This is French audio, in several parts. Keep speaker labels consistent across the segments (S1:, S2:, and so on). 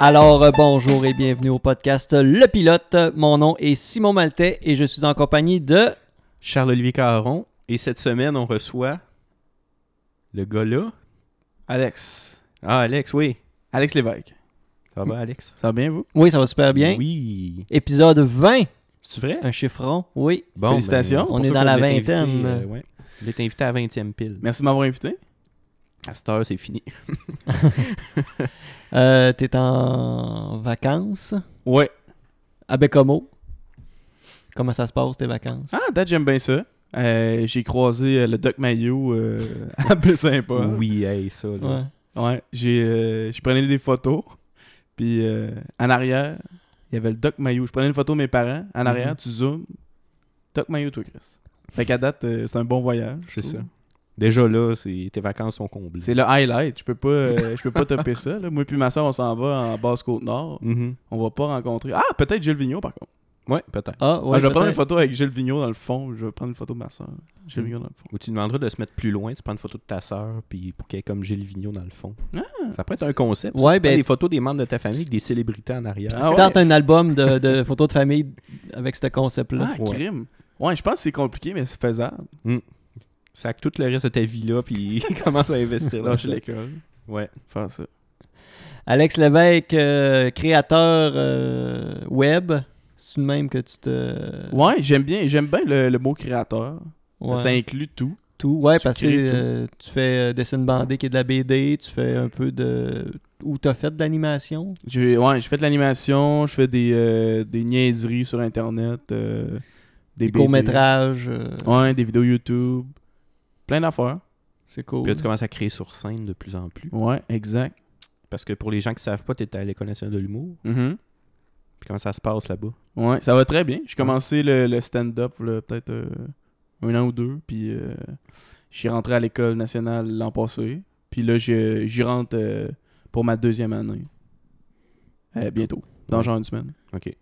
S1: Alors, euh, bonjour et bienvenue au podcast Le Pilote. Mon nom est Simon Maltais et je suis en compagnie de...
S2: Charles-Olivier Caron. Et cette semaine, on reçoit le gars-là.
S3: Alex.
S2: Ah, Alex, oui.
S3: Alex Lévesque.
S2: Ça va, Alex?
S3: Ça va bien, vous?
S1: Oui, ça va super bien.
S2: Oui.
S1: Épisode 20,
S2: C'est vrai?
S1: un chiffron, oui.
S2: Bon,
S3: Félicitations.
S2: ben,
S1: On
S2: c'est
S1: est
S2: pour
S1: dans
S2: ça
S1: la
S2: qu'on est invité,
S1: vingtaine.
S2: euh, ouais. On est invité à 20e pile.
S3: Merci de m'avoir invité.
S2: À cette heure, c'est fini.
S1: Euh, T'es en vacances
S3: Ouais.
S1: à Bécomo. Comment ça se passe tes vacances?
S3: Ah, date, j'aime bien ça. Euh, J'ai croisé euh, le Doc Mayo à plus sympa.
S2: Oui, hey, ça. là.
S1: Ouais.
S3: Ouais. J'ai euh, je prenais des photos. Puis euh, en arrière, il y avait le Doc Mayo. Je prenais une photo de mes parents. En arrière,
S1: Mhm.
S3: tu zoomes. Doc Mayo, toi, Chris. Fait qu'à date, euh, c'est un bon voyage. je
S2: C'est
S3: trouve.
S2: ça. Déjà là, c'est- tes vacances sont comblées.
S3: C'est le highlight. Je peux pas, euh, je peux pas topper ça. là. Moi puis ma soeur, on s'en va en Basse-Côte-Nord.
S2: Mhm.
S3: On va pas rencontrer... Ah, peut-être Gilles Vigneault, par contre.
S2: Ouais, peut-être.
S1: Ah, ouais,
S3: Ah, je vais prendre une
S1: peut-être. Hmm.
S3: photo avec Gilles Vigneault dans le fond. Je vais prendre une photo de ma soeur. Gilles Vigneault dans le fond.
S2: Ou tu demanderas de se mettre plus loin, tu prends une photo de ta sœur, puis pour qu'elle ait comme Gilles Vigneault dans le fond. ça pourrait être un concept. ça.
S1: Ouais,
S2: Tu prends
S1: ben-
S2: des photos des membres de ta famille, avec des célébrités en arrière.
S3: Ah
S1: tu
S3: ouais.
S1: tentes un album de, de photos de famille avec ce concept-là.
S3: Ah,
S2: ouais.
S3: crime. Ouais, je pense que c'est compliqué, mais c'est faisable.
S2: Sac tout le reste de ta vie là, puis commence à investir là.
S3: Lâcher l'école,
S2: Ouais.
S3: faire ça.
S1: Alex Lévesque, euh, créateur euh, web, c'est le même que tu te...
S3: Ouais, j'aime bien, j'aime bien le, le mot créateur.
S1: Ouais.
S3: Ça inclut tout.
S1: Tout, ouais,
S3: Tu
S1: parce que
S3: crées tout.
S1: euh, tu fais euh, dessin de bandé qui est de la BD, tu fais un peu de. Ou t'as fait de l'animation.
S3: J'ai- ouais, je fais de l'animation, je fais des, euh, des niaiseries sur internet, euh, des,
S1: Des
S3: BD.
S1: courts-métrages. euh,
S3: Ouais, des vidéos YouTube, plein d'affaires.
S1: C'est cool.
S2: Puis là, tu commences à créer sur scène de plus en plus.
S3: Ouais, exact.
S2: Parce que pour les gens qui ne savent pas, tu étais à l'École nationale de l'humour.
S3: Mhm.
S2: Puis comment ça se passe là-bas?
S3: Ouais, ça va très bien. J'ai commencé le, le stand-up là, peut-être euh, un an ou deux, puis euh, je suis rentré à l'école nationale l'an passé. Puis là, je- j'y rentre euh, pour ma deuxième année. Euh, bientôt, dans genre une semaine.
S2: OK.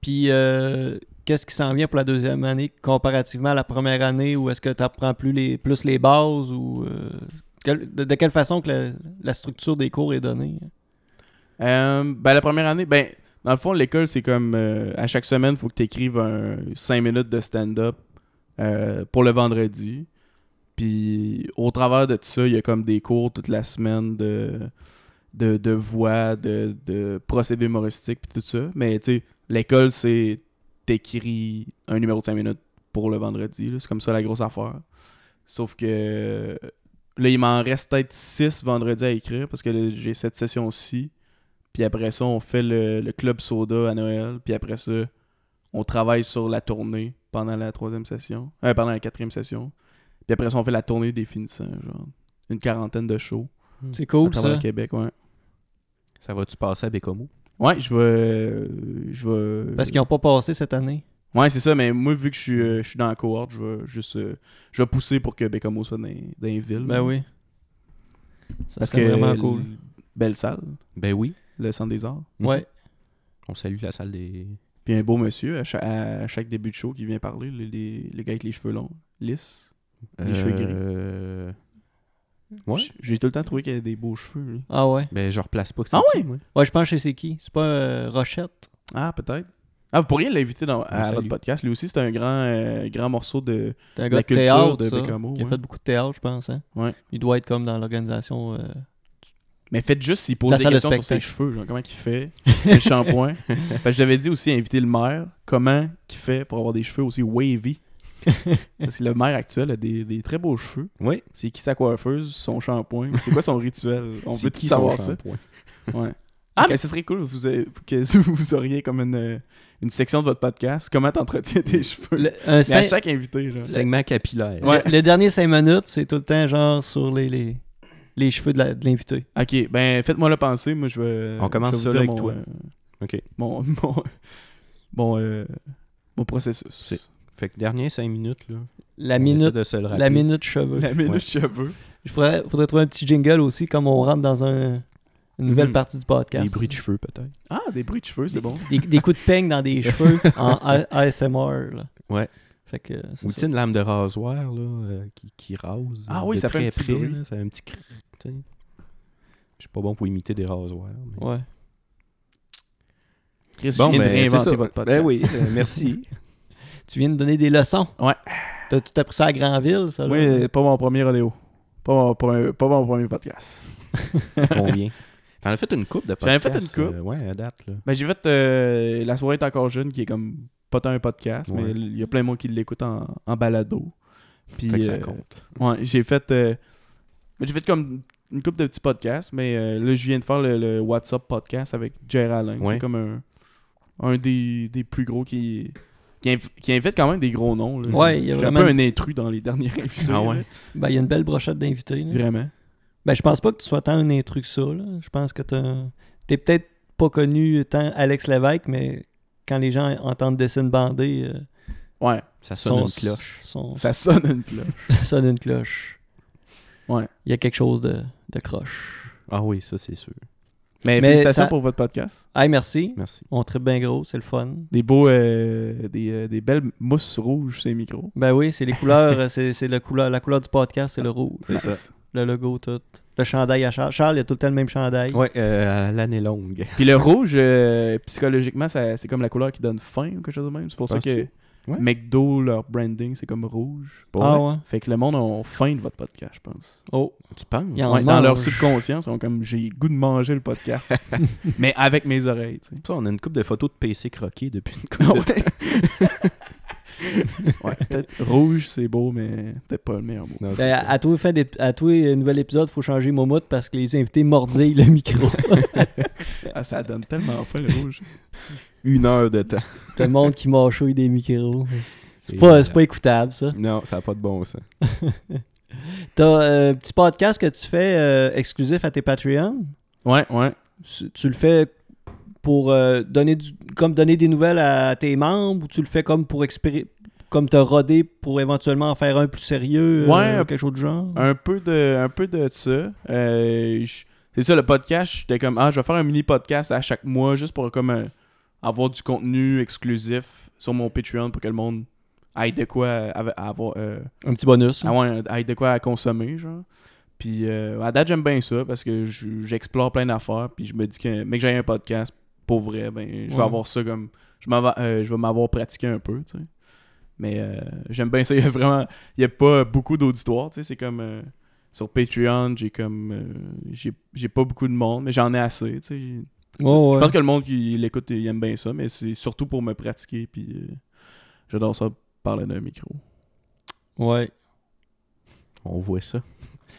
S1: Puis euh, qu'est-ce qui s'en vient pour la deuxième année comparativement à la première année où est-ce que tu apprends plus les, plus les bases ou. euh, quel- de, de quelle façon que la, la structure des cours est donnée
S3: Euh, ben, la première année, ben, dans le fond, l'école, c'est comme euh, à chaque semaine, il faut que tu écrives un 5 minutes de stand-up euh, pour le vendredi. Puis au travers de tout ça, il y a comme des cours toute la semaine de, de, de voix, de, de procédés humoristiques, puis tout ça. Mais tu sais, l'école, c'est t'écris un numéro de 5 minutes pour le vendredi. là. C'est comme ça la grosse affaire. Sauf que là, il m'en reste peut-être 6 vendredis à écrire parce que là, j'ai cette session-ci. Puis après ça, on fait le, le club soda à Noël. Puis après ça, on travaille sur la tournée pendant la troisième session. Euh, pendant la quatrième session. Puis après ça, on fait la tournée des finissants, genre une quarantaine de shows
S1: C'est
S3: au Hmm.
S1: cool
S3: à travers
S1: ça.
S3: le Québec, ouais.
S2: Ça va-tu passer à Bécomo?
S3: Ouais, je vais. euh, Je vais.
S1: Parce qu'ils n'ont pas passé cette année.
S3: Ouais, c'est ça, mais moi, vu que je suis, euh, je suis dans la cohorte, je vais juste. euh, je vais pousser pour que Bécamo soit dans, les- dans les villes.
S1: Ben oui. Ça
S3: Parce que.
S1: serait vraiment cool.
S3: l- Belle salle,
S2: Ben oui.
S3: le centre des arts.
S1: Ouais.
S2: Mhm. On salue la salle des.
S3: Puis un beau monsieur à cha- à chaque, début de show qui vient parler, le, les- le gars avec les cheveux longs, lisses. Les cheveux gris.
S2: Euh, Ouais.
S3: J- J'ai tout le temps trouvé qu'il y avait des beaux cheveux, lui.
S1: Ah ouais.
S2: Ben je replace pas.
S3: Ah
S2: oui?
S3: ouais?
S1: Ouais, je pense que c'est qui C'est pas euh, Rochette
S3: Ah, peut-être. Ah, vous pourriez l'inviter dans, à
S2: salue.
S3: votre podcast. Lui aussi, c'est un grand, euh, grand morceau de,
S1: C'est un
S3: La
S1: gars de
S3: culture
S1: théâtre,
S3: de
S1: ça,
S3: Bécamo,
S1: qui a
S3: ouais.
S1: fait beaucoup de théâtre, je pense. hein.
S3: Ouais.
S1: Il doit être comme dans l'organisation. euh,
S3: Mais faites juste s'il pose
S1: La
S3: des
S1: salle de
S3: questions sur ses cheveux, genre comment il fait, le shampoing. Parce que je t'avais dit aussi inviter le maire, comment il fait pour avoir des cheveux aussi wavy. Parce que le maire actuel a des, des très beaux cheveux.
S2: Oui.
S3: C'est qui sa coiffeuse, son shampoing, c'est quoi son rituel On
S2: C'est
S3: veut
S2: qui
S3: qui
S2: son
S3: savoir ça.
S2: shampoing?
S3: Ouais. Ah, mais ce serait cool vous avez- que vous auriez comme une, euh, une section de votre podcast, comment t'entretiens tes cheveux.
S1: le, un
S3: mais à
S1: cinq-
S3: chaque invité, genre.
S2: Segment capillaire.
S1: le- le dernier 5 minutes, c'est tout le temps genre sur les, les, les cheveux de la- de l'invité.
S3: Ok, ben faites-moi le penser, moi je vais.
S2: On commence
S3: je vais
S2: ça
S3: vous dire
S2: avec
S3: mon,
S2: toi.
S3: euh,
S2: OK.
S3: mon mon mon, euh, mon processus.
S2: C'est- Fait que dernier 5 minutes là.
S1: La
S2: on essaie
S1: minute,
S2: de se le rappeler.
S1: la minute cheveux.
S3: La minute
S2: Ouais.
S3: cheveux.
S1: Il faudrait, faudrait trouver un petit jingle aussi, comme on rentre dans un- une nouvelle
S3: Mhm.
S1: partie du podcast.
S2: Mm-hmm. Des bruits de cheveux peut-être.
S3: Ah, des bruits de cheveux, c'est bon.
S1: Des- des coups de peigne dans des cheveux en A- ASMR. là.
S2: Ouais.
S1: Fait que, euh, c'est
S2: Ou tu
S1: ça.
S2: sais, une lame de rasoir là, euh, qui, qui rase.
S3: Ah
S2: euh,
S3: oui,
S2: de
S3: ça fait un
S2: très
S3: petit
S2: près,
S3: bruit.
S2: là, ça fait un petit crrr, tu sais. Je suis pas bon pour imiter des rasoirs. mais-
S1: Ouais.
S3: Chris,
S2: Bon,
S3: je viens de
S2: ben, c'est
S3: réinventer
S2: ça.
S3: votre podcast.
S2: Ben oui, euh, merci.
S1: Tu viens de donner des leçons.
S3: Ouais.
S1: T'as tout appris ça à Granville, ça? là?
S3: Oui, euh, pas mon premier rodéo. Pas mon premier, pas mon premier podcast.
S2: Combien T'en as fait une coupe de
S3: J'en ai
S2: podcasts.
S3: fait une coupe.
S2: euh, ouais, à date, là.
S3: Ben, j'ai fait euh, La soirée est encore jeune, qui est comme pas tant un podcast, mais
S2: Ouais.
S3: il y a plein de monde qui l'écoute en, en balado. Puis,
S2: Fait que ça
S3: euh,
S2: compte.
S3: ouais, j'ai fait. euh, ben, j'ai fait comme une couple de petits podcasts, mais euh, là, je viens de faire le, le WhatsApp podcast avec Jerry Allen.
S2: Ouais.
S3: C'est comme un, un des, des plus gros qui. Qui, inv- qui invite quand même des gros noms. là.
S1: Ouais, il y a
S3: J'étais un
S1: vraiment-
S3: peu un intrus dans les derniers invités.
S2: Ah ouais?
S3: là.
S1: Ben, il y a une belle brochette d'invités. là.
S3: Vraiment.
S1: Ben, je pense pas que tu sois tant un intrus que ça. là. Je pense que t'as- t'es peut-être pas connu tant Alex Lévesque, mais quand les gens entendent Dessine Bandé, euh,
S3: Ouais,
S2: Ça
S1: son-
S2: sonne une cloche.
S1: son-
S3: ça sonne une cloche.
S1: sonne une cloche.
S3: Ouais.
S1: Il y a quelque chose de, de croche.
S2: Ah oui, ça, c'est sûr.
S3: Mais,
S1: Mais
S3: félicitations
S1: ça-
S3: pour votre podcast.
S1: Hey, merci.
S2: Merci.
S1: On tripe bien gros, c'est le fun.
S3: Des beaux, euh, des, euh, des belles mousses rouges, ces micros.
S1: Ben oui, c'est les couleurs, euh, c'est c'est la couleur, la couleur du podcast, c'est le rouge.
S2: C'est ça.
S1: Le logo, tout. Le chandail à Charles. Charles, il a tout le temps le même chandail.
S2: Ouais, euh, à l'année longue.
S3: Puis le rouge, euh, psychologiquement, ça- c'est comme la couleur qui donne faim ou quelque chose de même. C'est pour ça que
S2: Penses-tu? Ouais.
S3: McDo, leur branding, c'est comme rouge.
S1: Ah ouais?
S3: Fait que le monde a faim de votre podcast, je pense.
S1: Oh,
S2: Tu penses
S1: Il y en
S3: Ouais, dans leur
S1: mange.
S3: subconscience, ils ont comme j'ai le goût de manger le podcast, mais avec mes oreilles. tu sais.
S2: Ça, on a une coupe de photos de PC croqués depuis une couple de temps.
S3: Ouais, peut-être rouge, c'est beau, mais peut-être pas le meilleur mot.
S2: Non, c'est
S1: ben,
S2: ça.
S1: à, à tous les à tous les nouvel épisode, faut changer Momout parce que les invités mordillent le micro.
S3: Ah, ça donne tellement faim le rouge.
S2: Une heure de temps.
S1: tout le monde qui mâchouille des micros. C'est pas, c'est pas écoutable, ça.
S2: euh, Non, ça n'a pas de bon sens.
S1: T'as euh, un petit podcast que tu fais euh, exclusif à tes Patreons.
S3: Ouais, ouais.
S1: Tu tu le fais pour euh, donner du, comme donner des nouvelles à tes membres ou tu le fais comme pour expéri- comme te roder pour éventuellement en faire un plus sérieux
S3: Ouais,
S1: euh, quelque chose de genre
S3: un peu de un peu de ça Euh, je- c'est ça le podcast j'étais comme ah je vais faire un mini podcast à chaque mois juste pour comme euh, avoir du contenu exclusif sur mon Patreon pour que le monde ait de quoi à, à avoir euh,
S1: Un petit bonus.
S3: avoir un- ait de quoi euh, à consommer genre puis euh, à date j'aime bien ça parce que je- j'explore plein d'affaires puis je me dis que mais que j'ai un podcast pour vrai ben je vais
S1: Ouais.
S3: avoir ça comme je m'en vais- euh, je vais m'avoir pratiqué un peu tu sais mais euh, j'aime bien ça il y a vraiment il y a pas beaucoup d'auditoire tu sais c'est comme euh, sur Patreon j'ai comme euh, j'ai j'ai pas beaucoup de monde mais j'en ai assez tu sais je pense que le monde qui l'écoute il aime bien ça mais c'est surtout pour me pratiquer puis euh, j'adore ça parler d'un micro
S1: Ouais.
S2: On voit ça.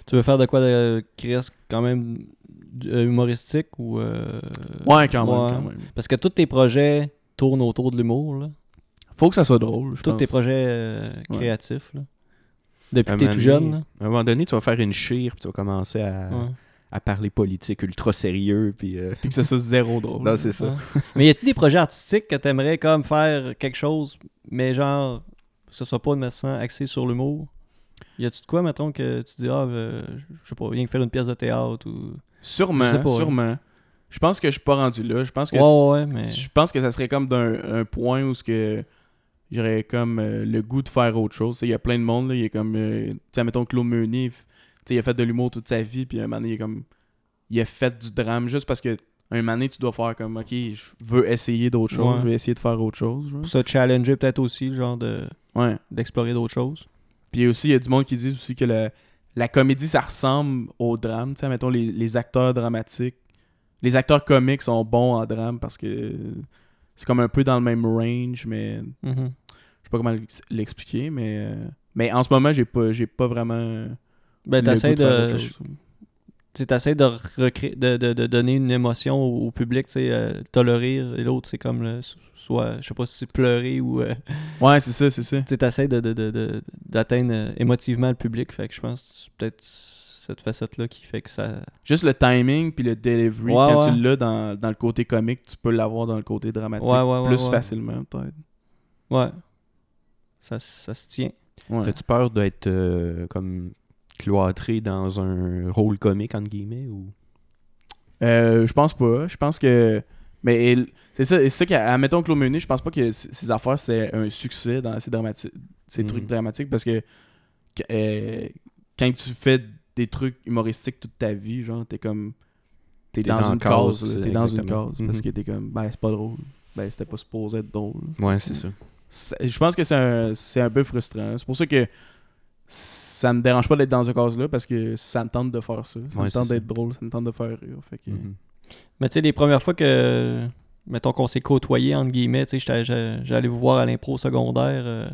S1: Tu veux faire de quoi de, qui reste quand même du- euh, humoristique ou euh,
S3: ouais quand même
S1: ouais.
S3: quand même
S1: parce que tous tes projets tournent autour de l'humour là.
S3: faut que ça soit drôle je
S1: Tous
S3: pense.
S1: tes projets euh,
S3: Ouais.
S1: créatifs là. Depuis
S2: À un
S1: que t'es
S2: moment
S1: tout
S2: donné-
S1: jeune. là.
S2: À un moment donné, tu vas faire une chire, puis tu vas commencer à,
S1: Ouais.
S2: à parler politique ultra sérieux, puis... euh,
S3: Puis que ça soit zéro drôle.
S2: Non, c'est ça.
S1: Ouais. mais y a-t-il des projets artistiques que t'aimerais comme faire quelque chose, mais genre, que ce soit pas nécessairement axé sur l'humour? Y a-tu de quoi, mettons, que tu dis, ah, euh, je sais pas, rien que faire une pièce de théâtre ou.
S3: Sûrement,
S1: Je sais pas, ouais.
S3: sûrement. Je pense que je suis pas rendu là. Je pense que
S1: Ouais, ouais, ouais, mais.
S3: je pense que ça serait comme d'un un point où ce que j'aurais comme euh, le goût de faire autre chose. Tu sais, Il y a plein de monde là, il est comme euh, tu sais mettons Claude Meunier, tu sais, il a fait de l'humour toute sa vie puis un moment donné, il est comme il a fait du drame juste parce que un moment donné, tu dois faire comme OK, je veux essayer d'autres choses,
S1: Ouais.
S3: je vais essayer de faire autre chose. genre.
S1: Pour se challenger peut-être aussi, genre, de,
S3: Ouais.
S1: d'explorer d'autres choses.
S3: Puis aussi, il y a du monde qui dit aussi que la, la comédie, ça ressemble au drame. Tu sais, mettons, les, les acteurs dramatiques, les acteurs comiques sont bons en drame parce que c'est comme un peu dans le même range, mais je sais pas comment l'expliquer, mais... euh, Mais en ce moment, j'ai pas, j'ai pas vraiment.
S1: Ben,
S3: le goût
S1: t'essayes
S3: de faire
S1: de.
S3: autre chose.
S1: tu sais, t'essaies de, recré- de, de, de donner une émotion au, au public, tu sais, euh, t'as le rire et l'autre, c'est comme le- so- soit, je sais pas si c'est pleurer ou. euh,
S3: Ouais, c'est ça, c'est ça.
S1: tu essaies de, de- de- de- d'atteindre euh, émotivement le public. Fait que je pense que c'est peut-être cette facette-là qui fait que ça.
S3: Juste le timing puis le delivery,
S1: Ouais,
S3: quand
S1: ouais.
S3: tu l'as dans, dans le côté comique, tu peux l'avoir dans le côté dramatique
S1: Ouais, ouais, ouais,
S3: plus
S1: ouais.
S3: facilement, peut-être.
S1: Ouais. Ça, ça se tient.
S3: Ouais.
S2: T'as-tu peur d'être euh, comme cloîtré dans un rôle comique, entre guillemets, ou...
S3: Euh, je pense pas. Je pense que. Mais il- c'est ça, c'est ça qu'à admettons Claude Meunier, je pense pas que c- ses affaires c'est un succès dans ces, dramati- ces
S2: Mhm.
S3: trucs dramatiques parce que qu- euh, quand tu fais des trucs humoristiques toute ta vie, genre, t'es comme. T'es
S2: T'es
S3: dans,
S2: dans
S3: une
S2: case,
S3: case. là.
S2: c'est
S3: T'es dans une
S2: exactement.
S3: case parce
S2: Mhm.
S3: que t'es comme, ben, c'est pas drôle. ben, c'était pas supposé être drôle.
S2: Ouais, c'est ça.
S3: C'est- Je pense que c'est un, c'est un peu frustrant. C'est pour ça que ça me dérange pas d'être dans ce cas-là parce que ça me tente de faire ça. Ça
S2: Ouais,
S3: me tente
S2: c'est
S3: d'être drôle, ça me tente de faire rire. Fait que-
S2: Mhm.
S1: Mais tu sais, les premières fois que, mettons qu'on s'est côtoyé, entre guillemets, tu sais, j'étais- j'a- j'allais vous voir à l'impro secondaire. euh,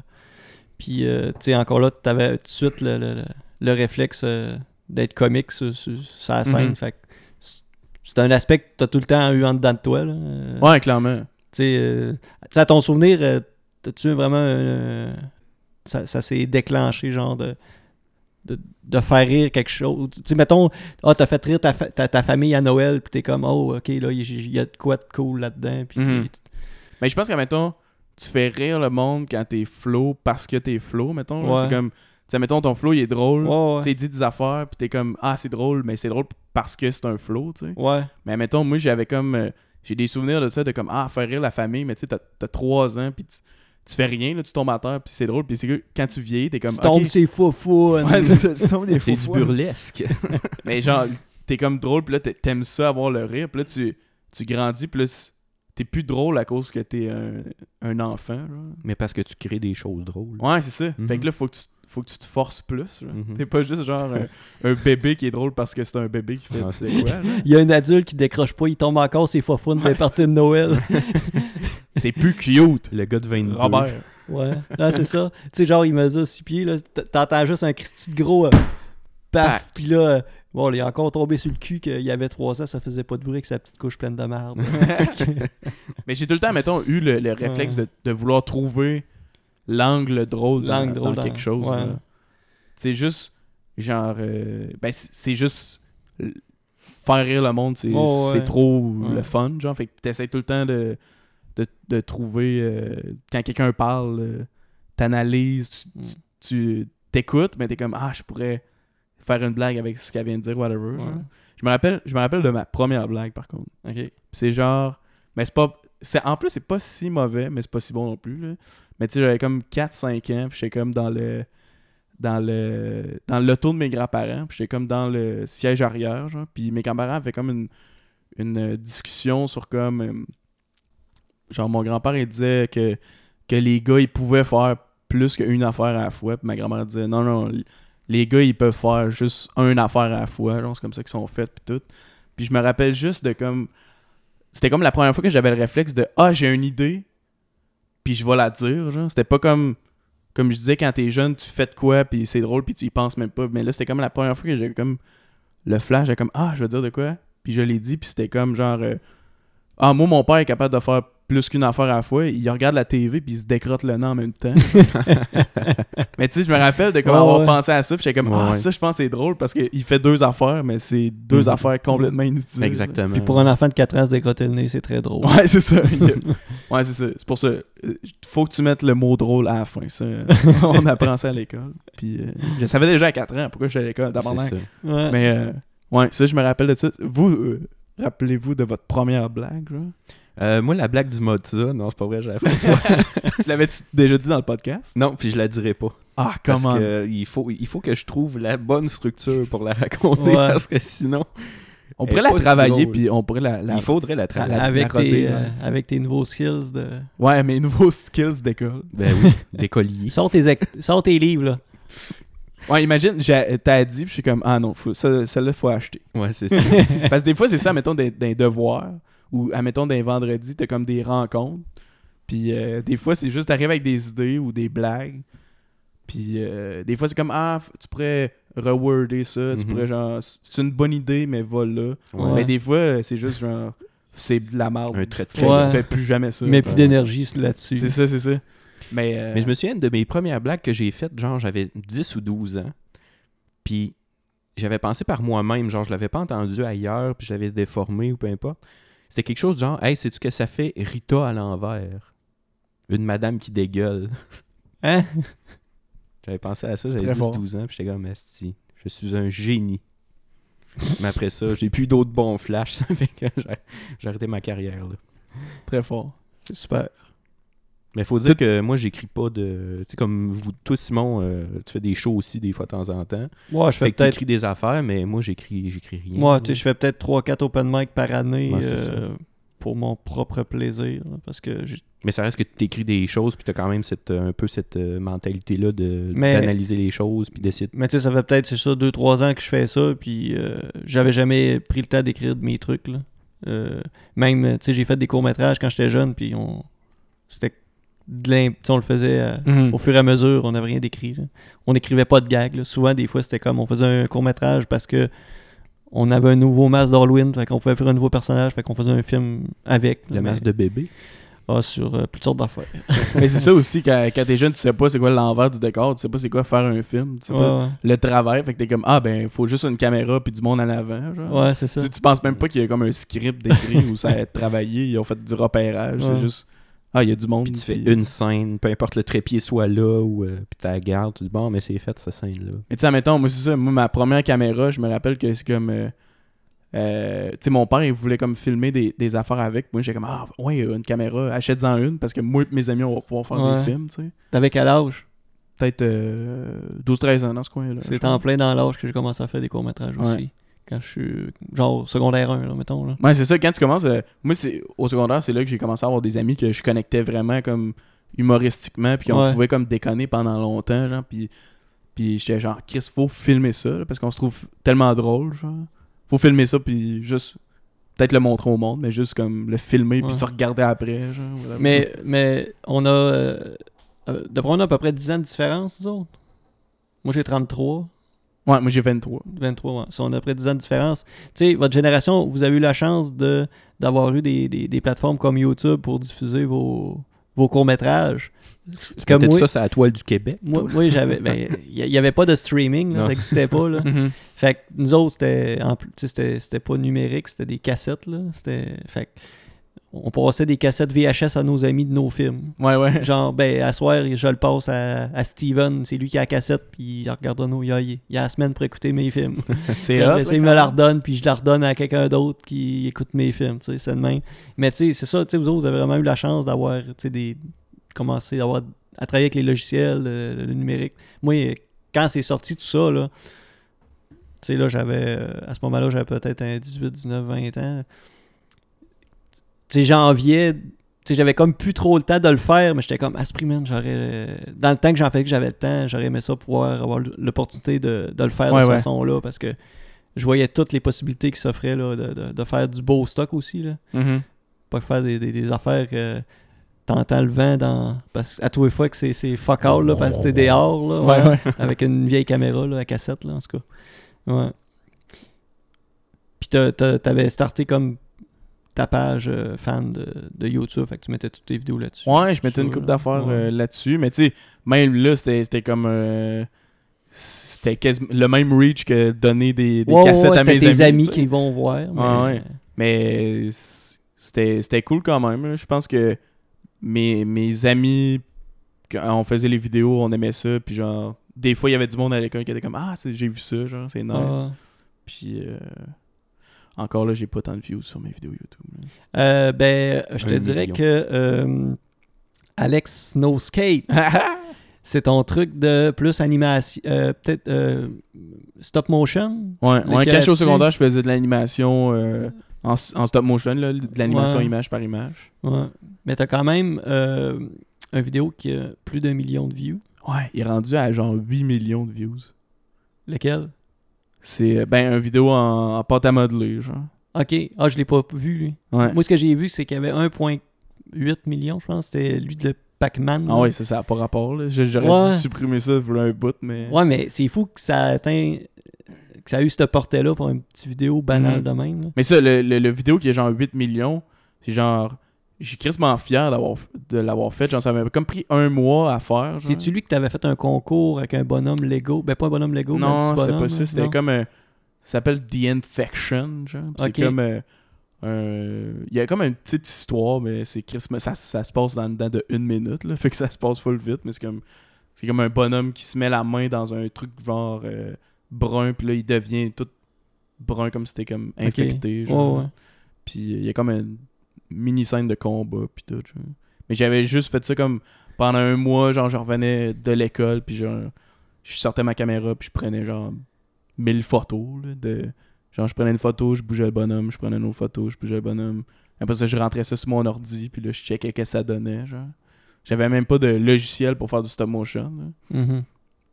S1: puis, euh, tu sais, encore là, tu avais tout de suite le, le- le- le réflexe euh, d'être comique sur, sur- sur la scène.
S3: Mhm.
S1: Fait que c'est- c'est un aspect que tu as tout le temps eu en dedans de toi. là. Euh,
S3: Ouais, clairement.
S1: Tu sais, euh, tu sais, à ton souvenir, euh, t'as-tu vraiment. euh, ça ça s'est déclenché, genre, de, de, de faire rire quelque chose. Tu sais, mettons, ah, t'as fait rire ta, fa- ta, ta famille à Noël, puis t'es comme, oh, ok, là, il y- il y, a de quoi de cool là-dedans. Puis
S3: Mhm. Mais je pense que, mettons, tu fais rire le monde quand t'es flow parce que t'es flow, mettons. là.
S1: Ouais.
S3: C'est comme, tu sais, mettons, ton flow, il est drôle.
S1: Ouais, ouais.
S3: Tu sais, il dit des affaires, puis t'es comme, ah, c'est drôle, mais c'est drôle parce que c'est un flow, tu sais.
S1: Ouais.
S3: Mais mettons, moi, j'avais comme. euh, j'ai des souvenirs de ça, de comme, ah, faire rire la famille, mais tu sais, t'as- t'as trois ans, puis tu, tu fais rien, là, tu tombes à terre, puis c'est drôle, puis c'est que quand tu vieillis, t'es comme.
S1: tu tombes, hein.
S3: ok,
S1: c'est fou, fou.
S3: Ouais, c'est
S1: ça, des
S2: C'est du burlesque.
S3: mais genre, t'es comme drôle, puis là, t'a- t'aimes ça avoir le rire, puis là, tu, tu grandis, puis là, c- t'es plus drôle à cause que t'es un, un enfant, genre.
S2: Mais parce que tu crées des choses drôles.
S3: Ouais, c'est ça.
S2: Mhm.
S3: Fait que là, faut que tu, faut que tu te forces plus, genre.
S2: Mhm.
S3: T'es pas juste genre un, un bébé qui est drôle parce que c'est un bébé qui fait
S2: Ouais, c'est
S3: de quoi, là.
S1: Il y a un adulte qui décroche pas, il tombe encore ses fofounes des parties de Noël.
S3: C'est plus cute.
S2: Le gars de 22.
S3: Robert.
S1: Ouais, là, c'est ça. Tu sais, genre, il mesure 6 pieds, là, t- t'entends juste un Christy de gros euh, paf, puis là, euh, bon, il est encore tombé sur le cul qu'il y avait 3 ans, ça faisait pas de bruit avec sa petite couche pleine de merde.
S3: Mais j'ai tout le temps, mettons, eu le, le réflexe de, de vouloir trouver l'angle drôle dans,
S1: L'angle drôle
S3: dans quelque
S1: dans-
S3: chose.
S1: ouais.
S3: là. C'est juste, genre, euh, ben, c'est c'est juste euh, faire rire le monde, c'est
S1: Oh, ouais.
S3: c'est trop le
S1: Ouais.
S3: fun, genre. Fait que t'essayes tout le temps de, de, de trouver, euh, quand quelqu'un parle, euh, t'analyses,
S1: Mm.
S3: tu- tu- tu t'écoutes, mais t'es comme, ah, je pourrais faire une blague avec ce qu'elle vient de dire, whatever. genre. Je, me rappelle, je me rappelle de ma première blague, par contre.
S1: Ok.
S3: Pis c'est genre. Mais c'est pas. C'est, en plus, c'est pas si mauvais, mais c'est pas si bon non plus. là. Mais tu sais, j'avais comme 4-5 ans, puis j'étais comme dans le. Dans le. Dans l'auto de mes grands-parents, puis j'étais comme dans le siège arrière, genre. Puis mes grands-parents avaient comme une. Une euh, discussion sur comme. euh, genre, mon grand-père, il disait que. Que les gars, ils pouvaient faire plus qu'une affaire à la fois. Puis ma grand-mère disait non, non, l- les gars, ils peuvent faire juste une affaire à la fois. Genre, c'est comme ça qu'ils sont faits, puis tout. Puis je me rappelle juste de comme c'était comme la première fois que j'avais le réflexe de ah j'ai une idée puis je vais la dire genre c'était pas comme comme je disais quand t'es jeune tu fais de quoi puis c'est drôle puis tu y penses même pas mais là c'était comme la première fois que j'ai comme le flash de comme ah je vais dire de quoi puis je l'ai dit puis c'était comme genre euh, ah moi mon père est capable de faire plus qu'une affaire à la fois il regarde la TV puis il se décrotte le nez en même temps mais tu sais je me rappelle de comment
S1: Ouais,
S3: avoir
S1: ouais.
S3: pensé à ça puis j'étais comme ah
S2: Ouais, ouais.
S3: ça je pense que c'est drôle parce qu'il fait deux affaires mais c'est deux
S2: Mhm.
S3: affaires complètement inutiles
S2: Exactement.
S1: Puis pour un enfant de 4 ans, se dégrotter le nez, c'est très drôle.
S3: Ouais, c'est ça. Il y a- ouais, c'est ça. C'est pour ça. Euh, Faut que tu mettes le mot drôle à la fin. Ça, euh, on apprend ça à l'école. Puis euh, je savais déjà à 4 ans pourquoi j'étais à l'école
S2: C'est
S3: d'abord.
S2: ça.
S1: Ouais.
S3: Mais euh, ouais, ça, je me rappelle de ça. Vous, euh, rappelez-vous de votre première blague, genre?
S2: Euh, moi, la blague du Mozza, non, c'est pas vrai, j'avais fait.
S3: tu l'avais-tu déjà dit dans le podcast?
S2: non, puis je la dirai pas.
S3: Ah,
S2: Parce
S3: comment?
S2: que euh, il faut, il faut que je trouve la bonne structure pour la raconter,
S1: Ouais.
S2: parce que sinon,
S3: On
S2: elle
S3: pourrait
S2: est
S3: la
S2: pas si
S3: travailler,
S2: drôle.
S3: puis on pourrait la. la-
S2: il faudrait la
S3: la-
S2: travailler.
S3: la
S1: avec,
S3: rodée,
S1: tes,
S3: ouais.
S1: euh, avec tes nouveaux skills de.
S3: Ouais, mes nouveaux skills d'école.
S2: Ben oui, des colliers.
S1: Sors tes, ec- sors tes livres, là.
S3: Ouais, imagine, j'ai- t'as dit, puis je suis comme, ah non, faut- ça- celle-là, faut acheter.
S2: Ouais, c'est ça.
S3: Parce que des fois, c'est ça, mettons, des, des devoirs ou, admettons, des vendredis, t'as comme des rencontres. Puis euh, des fois, c'est juste, t'arrives avec des idées ou des blagues. Puis euh, des fois, c'est comme, ah, f- tu pourrais reworder ça, tu
S2: Mhm.
S3: pourrais genre, c- c'est une bonne idée, mais va là.
S1: Ouais.
S3: Mais des fois, euh, c'est juste genre, c'est de la merde.
S2: Un trait de
S3: Fais,
S1: Ouais.
S3: fais plus jamais ça.
S1: Mais plus
S2: ouais.
S1: d'énergie là-dessus.
S3: C'est ça, c'est ça. Mais, euh,
S2: Mais je me souviens de mes premières blagues que j'ai faites, genre j'avais 10 ou 12 ans. Puis j'avais pensé par moi-même, genre je l'avais pas entendu ailleurs, puis je l'avais déformé ou peu importe. C'était quelque chose de genre, hey, sais-tu que ça fait Rita à l'envers Une madame qui dégueule.
S1: Hein?
S2: J'avais pensé à ça,
S3: Très
S2: j'avais
S3: fort.
S2: 10-12 ans, puis j'étais comme, Esti, je suis un génie. Mais après ça, j'ai plus d'autres bons flashs, ça fait que j'ai- j'ai arrêté ma carrière. Là.
S3: très fort.
S1: C'est super.
S2: Mais faut dire que moi, j'écris pas de. Tu sais, comme vous, toi, Simon, euh, tu fais des shows aussi des fois de temps en temps.
S1: Ouais, je fais
S2: Fait que
S1: peut-être
S2: t'écris des affaires, mais moi, j'écris, j'écris rien.
S1: Moi, tu sais, je fais peut-être 3-4 open mic par année.
S2: Ouais, c'est
S1: euh, pour mon propre plaisir. là, Parce que j'ai-
S2: Mais ça reste que tu écris des choses, puis tu as quand même cette, euh, un peu cette euh, mentalité-là de-
S1: Mais-
S2: d'analyser les choses, puis d'essayer de...
S1: Mais tu sais, ça fait peut-être, c'est ça, 2-3 ans que je fais ça, puis euh, j'avais jamais pris le temps d'écrire de mes trucs. Là. Euh, même, tu sais, j'ai fait des courts-métrages quand j'étais jeune, puis on. C'était de l'im- tu sais, on le faisait à-
S3: Mhm.
S1: au fur et à mesure, on n'avait rien d'écrit. là. On n'écrivait pas de gags. là. Souvent, des fois, c'était comme on faisait un court-métrage parce que on avait un nouveau masque d'Halloween, fait qu'on pouvait faire un nouveau personnage, fait qu'on faisait un film avec.
S2: Le masque de bébé.
S1: Ah, sur euh, toutes sortes d'affaires.
S3: Mais c'est ça aussi, quand, quand t'es jeune, tu sais pas c'est quoi l'envers du décor, tu sais pas c'est quoi faire un film, tu sais pas
S1: Ouais,
S3: le travail. Fait que t'es comme, ah ben, faut juste une caméra puis du monde en avant. Genre.
S1: ouais, c'est ça.
S3: Tu, tu penses même pas qu'il y a comme un script d'écrit où ça a été travaillé, ils ont fait du repérage,
S1: Ouais.
S3: c'est juste, ah, il y a du monde.
S2: Puis tu fais
S3: puis-
S2: une scène, peu importe le trépied soit là, ou euh, puis tu la gardes, tu dis « Bon, mais c'est fait, cette scène-là.
S3: Mais tu sais, admettons, moi, c'est ça. Moi, ma première caméra, je me rappelle que c'est comme. euh, euh, tu sais, mon père, il voulait comme filmer des, des affaires avec. Moi, j'ai comme, ah, ouais, une caméra, achète-en une parce que moi et mes amis, on va pouvoir faire
S1: Ouais.
S3: des films, tu sais.
S1: T'avais quel âge?
S3: Peut-être euh, 12-13 ans dans ce coin-là. je
S1: C'est
S3: crois.
S1: en plein dans l'âge que j'ai commencé à faire des courts-métrages
S3: Ouais.
S1: aussi. Quand je suis genre secondaire 1, là, mettons. Là.
S3: Ouais, c'est ça. Quand tu commences. euh, moi, c'est au secondaire, c'est là que j'ai commencé à avoir des amis que je connectais vraiment comme humoristiquement, puis on
S1: Ouais.
S3: pouvait comme déconner pendant longtemps, genre. Puis, puis j'étais genre, Chris, faut filmer ça, là, parce qu'on se trouve tellement drôle, genre. Faut filmer ça, puis juste. Peut-être le montrer au monde, mais juste comme le filmer,
S1: Ouais.
S3: puis se regarder après, genre. whatever.
S1: Mais, mais on a. Euh, euh, d'après moi, on a à peu près 10 ans de différence, nous autres. Moi, j'ai 33.
S3: Ouais, moi, j'ai 23.
S1: 23, ouais. Ça, on a près de 10 ans de différence. Tu sais, votre génération, vous avez eu la chance de d'avoir eu des, des- des plateformes comme YouTube pour diffuser vos, vos courts-métrages.
S2: Tu
S1: Comme
S2: mettais
S1: moi-
S2: ça sur la toile du Québec.
S1: Moi, moi j'avais. ben, Il n'y avait pas de streaming, là,
S2: Non.
S1: ça n'existait pas. Là.
S3: Mhm.
S1: Fait que nous autres, c'était en plus- tu sais, c'était c'était pas numérique, c'était des cassettes. Là. C'était- Fait que on passait des cassettes VHS à nos amis de nos films.
S3: Ouais, ouais.
S1: Genre, ben, à soir, je le passe à, à Steven, c'est lui qui a la cassette, puis il regardera nos il, a- il a la semaine pour écouter mes films.
S3: C'est
S1: Puis
S3: hot.
S1: après ça,
S3: là,
S1: il
S3: quand
S1: me
S3: même.
S1: la redonne, puis je la redonne à quelqu'un d'autre qui écoute mes films, tu sais, c'est le même. Mais tu sais, c'est ça, tu sais, vous autres, vous avez vraiment eu la chance d'avoir, tu sais, des... commencé d'avoir... à travailler avec les logiciels, euh, le, numérique. Moi, euh, quand c'est sorti tout ça, là, tu sais, là, j'avais... euh, à ce moment-là, j'avais peut-être un 18, 19, 20 ans. Tu sais, j'enviais... Tu sais, j'avais comme plus trop le temps de le faire, mais j'étais comme, ah, ce prix, man, j'aurais... euh, Dans le temps que j'en fais que j'avais le temps, j'aurais aimé ça pouvoir avoir l'opportunité de, de le faire
S3: Ouais,
S1: de cette
S3: ouais.
S1: façon-là, parce que je voyais toutes les possibilités qui s'offraient là, de, de- de faire du beau stock aussi. Là.
S3: Mhm.
S1: Pas faire des, des- des affaires que t'entends le vent dans. Parce à tous les fois que c'est, c'est fuck all, là, parce que t'es dehors, là,
S3: Ouais,
S1: ouais,
S3: ouais.
S1: avec une vieille caméra là, à cassette, là, en tout cas. Ouais. Puis t'as- t'as- t'avais starté comme ta page euh, fan de, de YouTube, fait que tu mettais toutes tes vidéos là-dessus.
S3: Ouais, je mettais
S1: Ça,
S3: une coupe
S1: là.
S3: d'affaires
S1: Ouais.
S3: euh, là-dessus, mais tu sais, même là, c'était c'était comme. euh, c'était quasiment le même reach que donner des, des
S1: Ouais, ouais,
S3: cassettes
S1: ouais,
S3: à
S1: c'était
S3: mes
S1: tes amis,
S3: amis. tu sais.
S1: qui vont voir. mais-
S3: ouais. Mais c- c'était c'était cool quand même. là. Je pense que mes, mes amis, quand on faisait les vidéos, on aimait ça, puis genre. Des fois, il y avait du monde à l'école qui était comme Ah, c'est- j'ai vu ça, genre, c'est nice.
S1: Ouais.
S3: Puis euh, encore là, j'ai pas tant de views sur mes vidéos YouTube. là.
S1: Euh, ben, je te
S2: Un
S1: dirais
S2: million.
S1: que euh, Alex Snowskate, c'est ton truc de plus animation, euh, peut-être euh, stop motion.
S3: Ouais, ouais
S1: Lequel
S3: quand j'étais au
S1: là-dessus?
S3: secondaire, je faisais de l'animation euh, en, s- en stop motion, là, de l'animation
S1: Ouais.
S3: image par image.
S1: Ouais. Mais t'as quand même euh, une vidéo qui a plus d'un million de views.
S3: Ouais, il est rendu à genre 8 millions de views.
S1: Lequel
S3: C'est euh, ben une vidéo en, en pâte à modeler, genre.
S1: Ok, ah je l'ai pas vu lui.
S3: Ouais.
S1: Moi ce que j'ai vu c'est qu'il y avait 1.8 million, je pense, c'était lui de Pac-Man.
S3: Ah ouais, ça, ça n'a pas rapport, là. Je- J'aurais
S1: Ouais.
S3: dû supprimer ça, voulait un bout, mais...
S1: Ouais, mais c'est fou que ça a atteint, que ça a eu ce portée là pour une petite vidéo banale
S3: Mhm.
S1: de même. là.
S3: Mais ça, le, le- le vidéo qui est genre 8 millions, c'est genre... Je suis crissement fier d'avoir f- de l'avoir fait. Genre, ça m'avait comme pris un mois à faire, genre.
S1: C'est-tu lui que t'avais fait un concours avec un bonhomme Lego? Ben, pas un bonhomme Lego, mais un
S3: Non,
S1: petit
S3: c'était
S1: bonhomme.
S3: pas ça.
S1: là,
S3: C'était
S1: non?
S3: comme un. Ça s'appelle The Infection, genre. Puis
S1: Ok.
S3: C'est comme euh, un- Il y a comme une petite histoire, mais c'est Christmas. Ça, ça se passe dans dedans de une minute, là. Fait que ça se passe full vite, mais c'est comme. C'est comme un bonhomme qui se met la main dans un truc genre euh, brun, puis là, il devient tout brun comme si c'était comme
S1: Ok.
S3: infecté, genre.
S1: Ouais, ouais.
S3: Puis euh, il y a comme une mini scène de combat, puis tout. genre. Mais j'avais juste fait ça comme pendant un mois, genre je revenais de l'école, puis genre je sortais ma caméra, puis je prenais genre 1000 photos là, de genre je prenais une photo, je bougeais le bonhomme, je prenais une autre photo, je bougeais le bonhomme. Après ça, je rentrais ça sur mon ordi, puis là, je checkais que ça donnait, genre. J'avais même pas de logiciel pour faire du stop motion. là.
S1: Mhm.
S3: Tu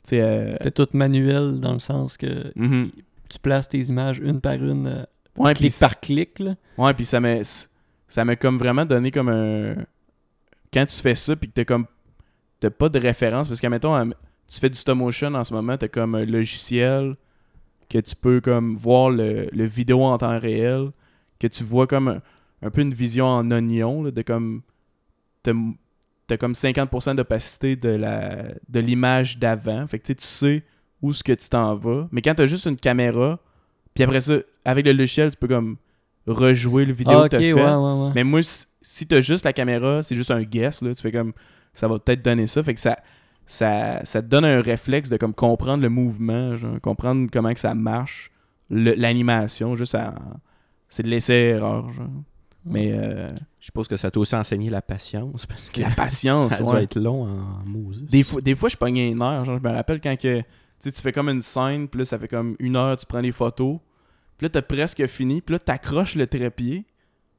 S3: sais, euh,
S1: C'était tout manuel dans le sens que
S3: mhm.
S1: tu places tes images une par une, euh,
S3: Ouais, puis
S1: clic par clic. Là.
S3: Ouais, puis ça m'a ça m'a comme vraiment donné comme un quand tu fais ça puis que t'as comme t'as pas de référence parce que mettons tu fais du stop motion en ce moment, t'as comme un logiciel que tu peux comme voir le, le vidéo en temps réel, que tu vois comme un, un peu une vision en oignon là, de comme t'as t'as comme 50% d'opacité de la de l'image d'avant. Fait que tu sais, tu sais où ce que tu t'en vas, mais quand t'as juste une caméra, puis après ça avec le logiciel, tu peux comme rejouer le vidéo
S1: Ah, ok,
S3: que t'as fait.
S1: ouais, ouais, ouais.
S3: Mais moi, si- si t'as juste la caméra, c'est juste un guess, là, tu fais comme ça va peut-être donner ça. Fait que ça, ça, ça te donne un réflexe de comme comprendre le mouvement, genre, comprendre comment que ça marche, le- l'animation, juste à- c'est de l'essai-erreur. genre. Mais euh,
S2: Je suppose que ça t'a aussi enseigné la patience parce que
S3: la patience,
S2: ça a dû
S3: ouais.
S2: être long en Moses.
S3: des, fois, des fois, je pognais une heure. Genre, je me rappelle quand que, tu sais, tu fais comme une scène, puis là, ça fait comme une heure, tu prends les photos, puis là, t'as presque fini, puis là, t'accroches le trépied,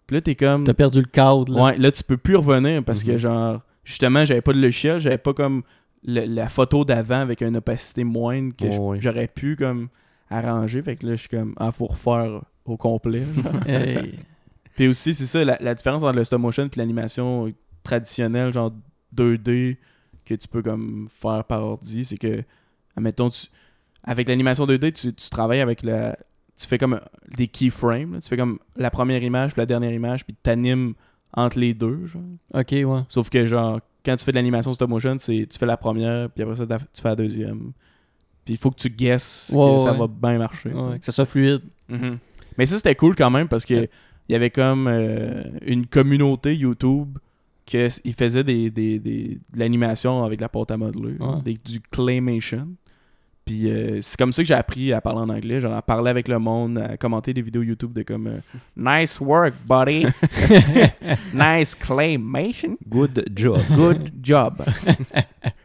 S3: puis là, t'es comme.
S1: T'as perdu le cadre. Là.
S3: Ouais, là, tu peux plus revenir parce que,
S2: Mhm.
S3: genre, justement, j'avais pas de logiciel, j'avais pas comme le- la photo d'avant avec une opacité moindre que je-
S2: Ouais, ouais.
S3: j'aurais pu comme arranger. Fait que là, je suis comme, ah, faut refaire au complet. genre.
S1: Hey.
S3: puis aussi, c'est ça, la, la différence entre le stop motion et l'animation traditionnelle, genre 2D, que tu peux comme faire par ordi, c'est que, admettons, tu, avec l'animation 2D, tu, tu travailles avec la. Tu fais comme des keyframes, là. tu fais comme la première image puis la dernière image, puis t'animes entre les deux. Genre.
S1: Ok, ouais.
S3: Sauf que genre quand tu fais de l'animation stop motion, c'est tu fais la première puis après ça t'as- tu fais la deuxième. Puis il faut que tu guesses
S1: Ouais,
S3: que ça
S1: ouais.
S3: va bien marcher. tu sais.
S1: Ouais, que ça soit fluide.
S3: Mhm. Mais ça c'était cool quand même parce que
S1: Ouais.
S3: il y avait comme euh, une communauté YouTube qui ils faisaient des, des- des- de l'animation avec la porte à modeler,
S1: Ouais.
S3: des- du claymation. Puis euh, c'est comme ça que j'ai appris à parler en anglais, genre à parler avec le monde, à commenter des vidéos YouTube de comme euh, nice work buddy, nice claymation.
S2: Good job.
S3: Good job.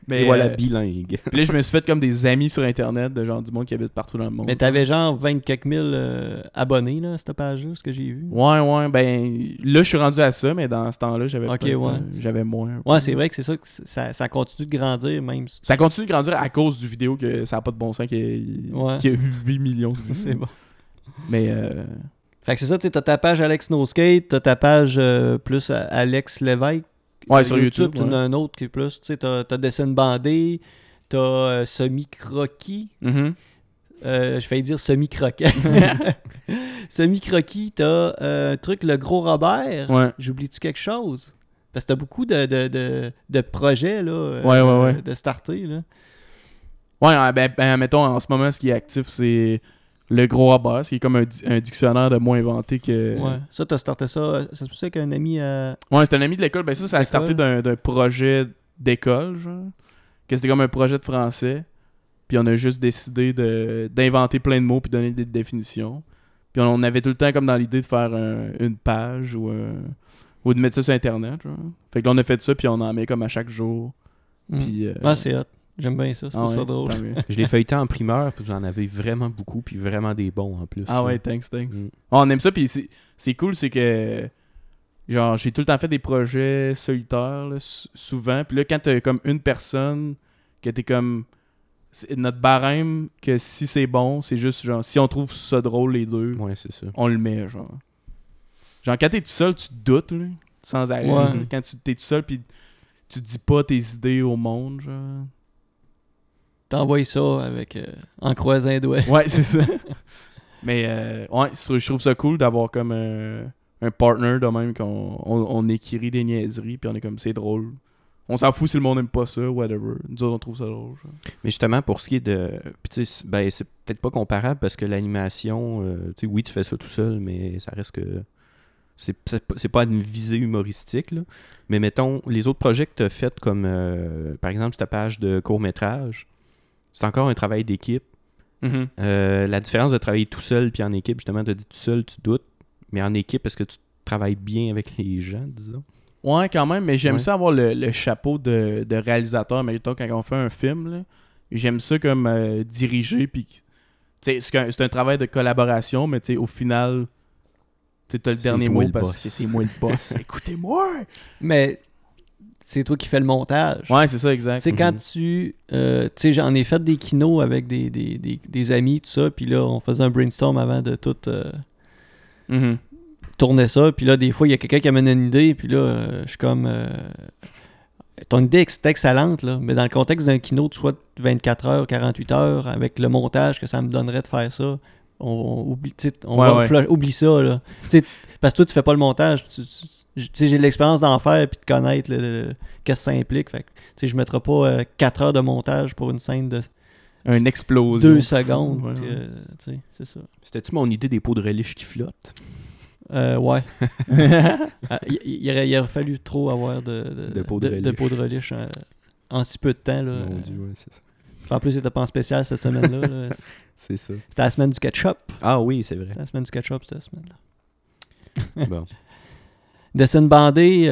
S3: Mais
S2: Et voilà,
S3: euh,
S2: bilingue.
S3: puis là, je me suis fait comme des amis sur Internet de gens du monde qui habitent partout dans le monde.
S1: Mais t'avais genre 20 quelques mille euh, abonnés là, à cette page-là, ce que j'ai vu.
S3: Ouais, ouais, ben là, je suis rendu à ça, mais dans ce temps-là, j'avais
S1: Ok,
S3: peut-être,
S1: ouais.
S3: euh, j'avais moins.
S1: Ouais, c'est vrai que c'est ça que c- ça, ça continue de grandir même. si tu-
S3: Ça continue de grandir à cause du vidéo que ça n'a pas de bon sens qu'il y, ait-
S1: Ouais.
S3: qu'il y a eu 8 millions. de vues.
S1: C'est bon.
S3: Mais euh,
S1: Fait que c'est ça, tu sais, t'as ta page Alex No Skate, t'as ta page euh, plus euh, Alex Lévesque.
S3: Ouais,
S1: Euh,
S3: sur YouTube,
S1: t'en
S3: ouais.
S1: as un autre qui est plus, tu sais, t'as t'as Dessin Bandé, t'as euh, Semi-Croquis.
S3: mhm.
S1: Euh, je vais dire semi-croquet. semi-croquis, t'as euh, un truc, le gros Robert.
S3: ouais.
S1: J'oublie-tu quelque chose? Parce que t'as beaucoup de, de, de, de projets là, euh,
S3: Ouais, ouais, ouais.
S1: de starter. Là.
S3: Ouais, ouais, ben, ben, mettons, en ce moment, ce qui est actif, c'est le gros Abbas, qui est comme un, di- un dictionnaire de moins inventé que.
S1: Ouais. Ça, t'as starté ça. euh, Ça se peut qu'un ami euh, à.
S3: Ouais, c'est un ami de l'école. Ben ça, ça a
S1: D'école.
S3: starté d'un d'un projet d'école, genre. Que c'était comme un projet de français. Puis on a juste décidé de- d'inventer plein de mots puis donner des définitions. Puis on avait tout le temps comme dans l'idée de faire un- une page ou, un- ou de mettre ça sur Internet, genre. Fait que là, on a fait ça, puis on en met comme à chaque jour.
S1: Mm.
S3: Puis... euh,
S1: Ah, c'est hot. J'aime bien ça. Je
S3: ah
S1: trouve
S3: ouais,
S1: ça drôle.
S3: tant mieux.
S2: Je l'ai feuilleté en primeur, puis vous en avez vraiment beaucoup, puis vraiment des bons en plus.
S3: Ah ouais, thanks, thanks. Ah,
S2: Mm.
S3: On aime ça, puis c'est- c'est cool, c'est que. Genre, j'ai tout le temps fait des projets solitaires, là, sou- souvent. Puis là, quand t'as comme une personne, que t'es comme. c'est Notre barème, que si c'est bon, c'est juste genre, si on trouve ça drôle les deux,
S2: Ouais, c'est ça.
S3: on le met, genre. Genre, quand t'es tout seul, tu te doutes, là, sans arrêt.
S1: Ouais.
S3: là. Quand tu t'es tout seul, puis tu dis pas tes idées au monde, genre.
S1: T'envoies ça avec euh, en croisant les doigts.
S3: Ouais, c'est ça. Mais euh, ouais, je trouve- je trouve ça cool d'avoir comme euh, un partner de même qu'on on, on écrit des niaiseries puis on est comme c'est drôle. On s'en fout si le monde aime pas ça, whatever. Nous autres, on trouve ça drôle. genre.
S2: Mais justement, pour ce qui est de. Puis tu sais, c'est- ben, c'est peut-être pas comparable parce que l'animation, euh, tu sais, oui, tu fais ça tout seul, mais ça reste que. C'est c'est pas- c'est pas une visée humoristique, là. Mais mettons, les autres projets que tu as faits, comme euh, par exemple ta page de court-métrage, c'est encore un travail d'équipe. Euh, la différence de travailler tout seul puis en équipe, justement, tu dit tout seul, tu doutes, mais en équipe, est-ce que tu travailles bien avec les gens, disons
S3: Ouais, quand même, mais j'aime
S2: Ouais.
S3: ça avoir le, le chapeau de, de réalisateur. Mais mettons, quand on fait un film, là, j'aime ça comme euh, diriger puis. tu sais, C'est un, c'est un travail de collaboration, mais tu sais, au final, Tu sais, t'as le
S2: C'est
S3: dernier
S2: toi
S3: mot
S2: le
S3: parce
S2: boss.
S3: que c'est moi le boss. Écoutez-moi!
S1: Mais c'est toi qui fais le montage.
S3: Ouais, c'est ça, exact.
S1: Tu sais, quand tu. euh, tu sais, j'en ai fait des kinos avec des, des, des, des amis, tout ça. Puis là, on faisait un brainstorm avant de tout euh,
S2: Mm-hmm.
S3: Mhm.
S1: tourner ça. Puis là, des fois, il y a quelqu'un qui amène une idée. Puis là, euh, je suis comme. euh, ton idée est excellente, là. Mais dans le contexte d'un kino de soit 24 heures, 48 heures, avec le montage que ça me donnerait de faire ça, on, on oublie, tu sais, on
S3: Ouais,
S1: va
S3: ouais.
S1: flush- oublie ça, là. Tu sais, parce que toi, tu fais pas le montage. Tu, tu- tu sais, j'ai de l'expérience d'en faire puis de connaître le, le- qu'est-ce que ça implique. Fait que, tu sais, je mettrai pas 4 heures de montage pour une scène de
S3: Un explosion.
S1: 2 secondes.
S3: Ouais, ouais.
S1: puis, euh, tu sais, c'est ça.
S2: C'était-tu mon idée des pots de relish qui flottent
S1: Euh, ouais. Ah, il- Il aurait, il aurait fallu trop avoir de, de,
S2: De peau de relish.
S1: peau de relish en, en si peu de temps. Là.
S2: Mon dieu, ouais, c'est ça.
S1: Puis En plus, c'était pas en spécial cette semaine-là. là.
S2: C'est ça.
S1: C'était la semaine du ketchup.
S2: Ah oui, c'est vrai.
S1: C'était la semaine du ketchup, cette semaine-là.
S2: bon.
S1: Dessin bandé,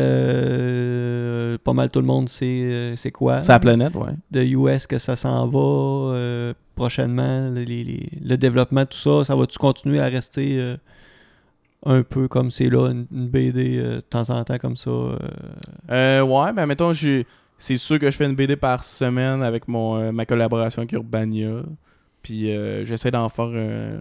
S1: euh, pas mal tout le monde sait euh, c'est quoi.
S3: C'est la planète, ouais.
S1: De US que ça s'en va euh, prochainement, les- les- les- le développement, tout ça, ça va-tu continuer à rester euh, un peu comme c'est là, une, une BD euh, de temps en temps comme ça euh,
S3: Euh, ouais, ben mettons, j'ai... c'est sûr que je fais une BD par semaine avec mon, euh, ma collaboration avec Urbania. Puis euh, j'essaie d'en faire euh,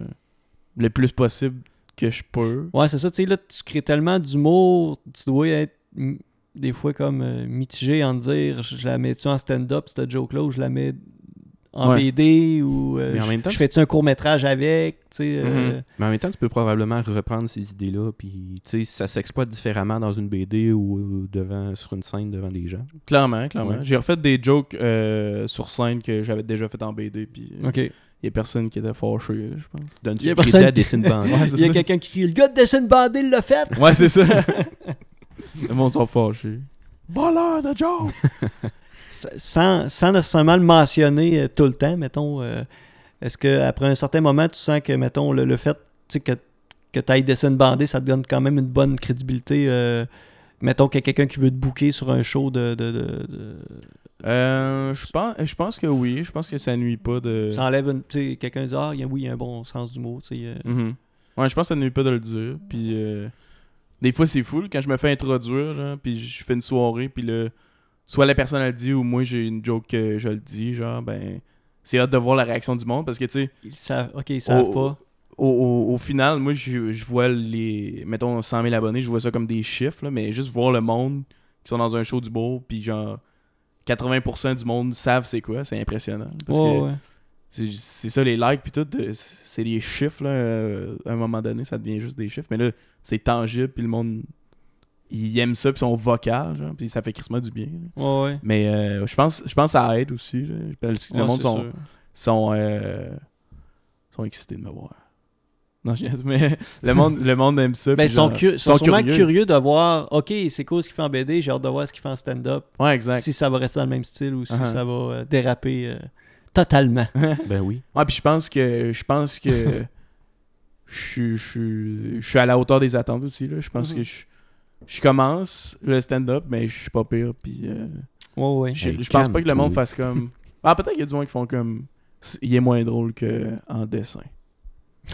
S3: le plus possible que je peux.
S1: Ouais, c'est ça, tu sais, là, tu crées tellement d'humour, tu dois être mm, des fois comme euh, mitigé en dire je je la mets-tu en stand-up, cette joke-là, ou je la mets en
S3: Ouais.
S1: BD, ou euh,
S2: Mais en
S1: je-
S2: même temps-
S1: je fais-tu un court-métrage avec, tu sais. euh,
S3: Mhm.
S2: Mais en même temps, tu peux probablement reprendre ces idées-là, puis tu sais, ça s'exploite différemment dans une BD ou devant sur une scène devant des gens.
S3: Clairement, clairement.
S2: Ouais.
S3: J'ai refait des jokes euh, sur scène que j'avais déjà fait en BD. Puis
S2: Mm-hmm.
S3: il
S1: Ok.
S3: y a personne qui était fâché, là, je pense.
S1: Y
S2: Donne-tu
S1: a
S2: le crédit
S1: personne qui-
S2: à Dessine Bandé?
S3: Ouais, c'est
S1: Il y a
S3: ça.
S1: quelqu'un qui crie Le gars de Dessin Bandé l'a fait
S3: Ouais, c'est ça. Le monde sont fâchés. Voleur de joke!
S1: S- sans, sans nécessairement le mentionner euh, tout le temps, mettons, euh, est-ce que après un certain moment, tu sens que, mettons, le, le fait tu sais, que, que tu ailles dessin bandé, ça te donne quand même une bonne crédibilité euh, Mettons qu'il y a quelqu'un qui veut te booker sur un show de. de, de- de-
S3: Euh, je pense, je pense que oui. Je pense que ça nuit pas de.
S1: Ça enlève une. tu sais, Quelqu'un dit Ah, il y a- oui, il y a un bon sens du mot. tu sais, euh.
S3: Mhm. Ouais, je pense que ça nuit pas de le dire. Puis euh, des fois, c'est fou là, quand je me fais introduire, genre, puis je fais une soirée, puis là, soit la personne elle le dit ou moi j'ai une joke que je le dis, genre, ben, c'est hâte de voir la réaction du monde parce que tu sais,
S1: Ils savent- ok, ils savent
S3: Mm. Oh,
S1: pas.
S3: au, au- au final, moi je, je vois les, mettons 100 000 abonnés, je vois ça comme des chiffres, là, mais juste voir le monde qui sont dans un show du beau, puis genre 80% du monde savent c'est quoi, c'est impressionnant. Parce
S1: Ouais,
S3: que
S1: ouais.
S3: c'est c'est ça, les likes puis tout, euh, c'est des chiffres, là. euh, à un moment donné, ça devient juste des chiffres. Mais là, c'est tangible, puis le monde, il aime ça, puis son vocal, genre, puis ça fait crissement du bien. là.
S1: Ouais, ouais.
S3: Mais euh, je pense je pense que ça aide aussi, là, parce que le
S1: Ouais,
S3: monde
S1: c'est
S3: sont,
S1: sûr.
S3: sont, euh, sont excités de me voir. Non, je niaise, mais le monde, le monde aime ça.
S1: Ben,
S3: puis
S1: ils sont,
S3: genre,
S1: cu- sont
S3: sont
S1: sûrement curieux.
S3: curieux.
S1: de voir, OK, c'est cool ce qu'il fait en BD, j'ai hâte de voir ce qu'il fait en stand-up.
S3: Ouais, exact.
S1: si ça va rester dans le même style ou si
S3: Uh-huh.
S1: ça va euh, déraper euh, totalement.
S2: Ben oui.
S3: Ouais, puis je pense que je pense que je suis- je suis- je suis à la hauteur des attentes aussi là. Je pense
S1: Mhm.
S3: que je, je commence le stand-up mais je suis pas pire puis euh,
S1: Ouais, ouais.
S3: je,
S2: Hey,
S3: je pense pas que le monde
S2: calme-toi.
S3: fasse comme Ah, peut-être qu'il y a du monde qui font comme il est moins drôle que en dessin.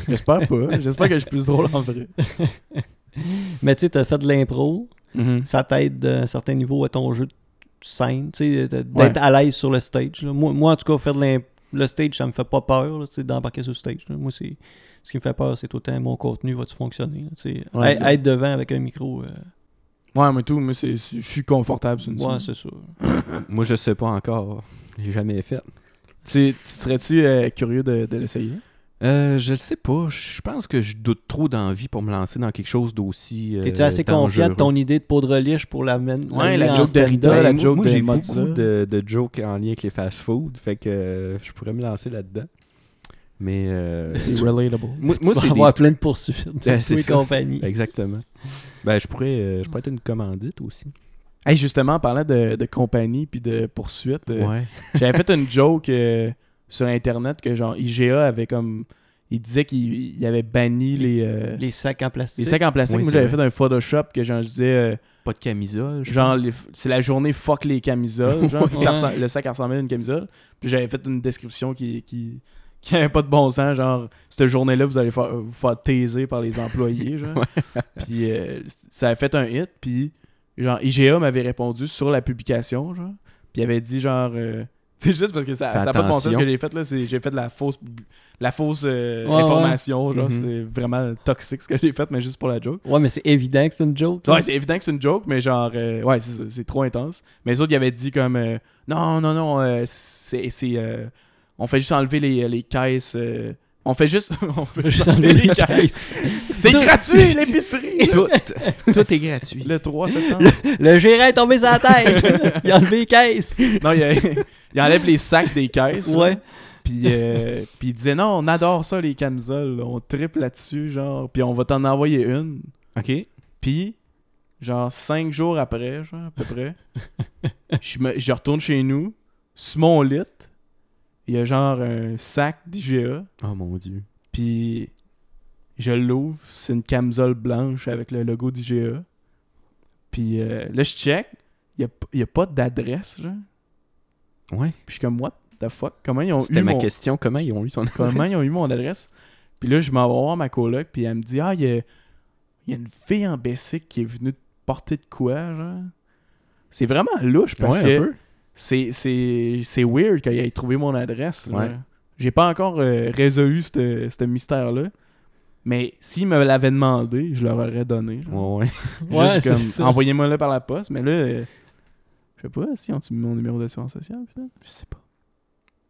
S3: J'espère pas, j'espère que je suis plus drôle en vrai.
S1: Mais tu sais, t'as fait de l'impro,
S3: Mhm.
S1: ça t'aide d'un certain niveau à ton jeu de scène, tu sais, de- d'être
S3: Ouais.
S1: à l'aise sur le stage. là. Moi, moi, en tout cas, faire de l'im- le stage, ça me fait pas peur, là, tu sais, d'embarquer sur le stage. là. Moi, c'est ce qui me fait peur, c'est autant mon contenu va-tu fonctionner. là, tu sais.
S3: Ouais,
S1: Ê-
S3: c'est-
S1: être devant avec un micro, euh,
S3: Ouais, mais tout, moi c'est je suis confortable sur une
S1: ouais,
S3: scène.
S1: c'est ça.
S2: Moi, je sais pas encore. J'ai jamais fait.
S3: Tu, tu serais-tu euh, curieux de, de l'essayer
S2: Euh, je le sais pas. Je pense que je doute trop d'envie pour me lancer dans quelque chose d'aussi. euh,
S1: T'es-tu assez confiant de
S2: dangereux.
S1: ton idée de poudre relish pour la mener
S3: Ouais, la
S1: en
S3: joke de
S1: stand-up?
S3: Rita,
S2: Ben,
S3: la
S2: moi-
S3: joke
S2: moi,
S3: de
S2: j'ai
S3: Mozza.
S2: beaucoup de, de jokes en lien avec les fast-food, fait que euh, je pourrais me lancer là-dedans. Mais euh,
S3: C'est relatable.
S2: moi,
S1: Tu
S2: moi,
S1: vas
S2: c'est
S1: avoir
S2: des...
S1: plein de poursuites de
S2: Ouais, c'est
S1: tous les
S2: ça.
S1: compagnies.
S2: exactement. Ben, je pourrais, euh, je pourrais être une commandite aussi.
S3: Hey, justement en parlant de, de compagnie puis de poursuite euh,
S2: Ouais.
S3: J'avais fait une joke euh, sur internet que genre IGA avait comme il disait qu'il il avait banni les euh, les,
S1: Les sacs en plastique.
S3: sacs en plastique.
S2: Oui,
S3: Moi
S2: c'est
S3: j'avais
S2: vrai.
S3: fait un Photoshop que genre je disais euh,
S2: Pas de camisole. je
S3: genre
S2: pense.
S3: les- c'est la journée fuck les camisoles, genre,
S1: Ouais.
S3: puis que ça ressemble- le sac ressemblait à une camisole. Puis j'avais fait une description qui qui qui n'avait pas de bon sens. Genre, cette journée-là, vous allez faire, vous faire taiser par les employés. Genre. Puis euh, ça a fait un hit. Puis, genre, IGA m'avait répondu sur la publication. Genre, puis il avait dit, genre, euh, c'est juste parce que ça
S2: Fais
S3: n'a pas de bon sens ce
S2: attention.
S3: que j'ai fait. là c'est- J'ai fait de la fausse, pub- la fausse euh,
S1: Ouais, ouais.
S3: information.
S2: Mhm.
S3: Genre, c'était vraiment toxique ce que j'ai fait, mais juste pour la joke.
S1: Ouais, mais c'est évident que c'est une joke. là.
S3: Ouais, c'est évident que c'est une joke, mais genre, euh, ouais, c'est ça, c'est trop intense. Mais les autres, ils avaient dit comme, euh, non, non, non, euh, c'est. c'est, euh, on fait juste enlever les, les caisses. euh, on fait juste. on fait juste enlever les caisses. C'est
S1: Tout-
S3: gratuit, l'épicerie!
S2: Tout, tout est gratuit.
S3: Le 3 septembre.
S1: Le gérant est tombé sur la tête. il a enlevé les caisses.
S3: Non, il, il enlève les sacs des caisses. là.
S1: Ouais.
S3: Puis, euh, puis il disait, non, on adore ça, les camisoles. là. On triple là-dessus, genre. Puis on va t'en envoyer une.
S2: OK.
S3: Puis, genre, cinq jours après, genre, à peu près, je, me- je retourne chez nous. Sur mon lit, il y a genre un sac d'IGA.
S2: Oh mon Dieu.
S3: Puis, je l'ouvre. C'est une camisole blanche avec le logo d'IGA. Puis euh, là, je check. Il n'y a, il y a pas d'adresse, genre.
S2: Ouais.
S3: Puis je suis comme, what the fuck? Comment ils ont eu
S2: C'était ma
S3: mon...
S2: question. Comment ils ont eu ton
S3: Comment ils ont eu mon adresse? Puis là, je m'en vais voir ma coloc, puis elle me dit Ah, il y a, il y a une fille en Bessic qui est venue te porter de quoi, genre. C'est vraiment louche parce
S2: Ouais, un
S3: que
S2: peu.
S3: c'est- c'est c'est weird qu'il ait trouvé mon adresse. genre.
S2: Ouais.
S3: J'ai pas encore euh, résolu ce ce mystère-là. Mais s'il me l'avait demandé, je leur aurais donné. genre.
S2: Ouais, ouais.
S1: Ouais,
S3: Juste
S1: c'est
S3: comme
S1: ça.
S3: envoyez-moi le par la poste. Mais là, euh, je sais pas si on mis mon numéro d'assurance sociale. putain.
S2: Je sais pas.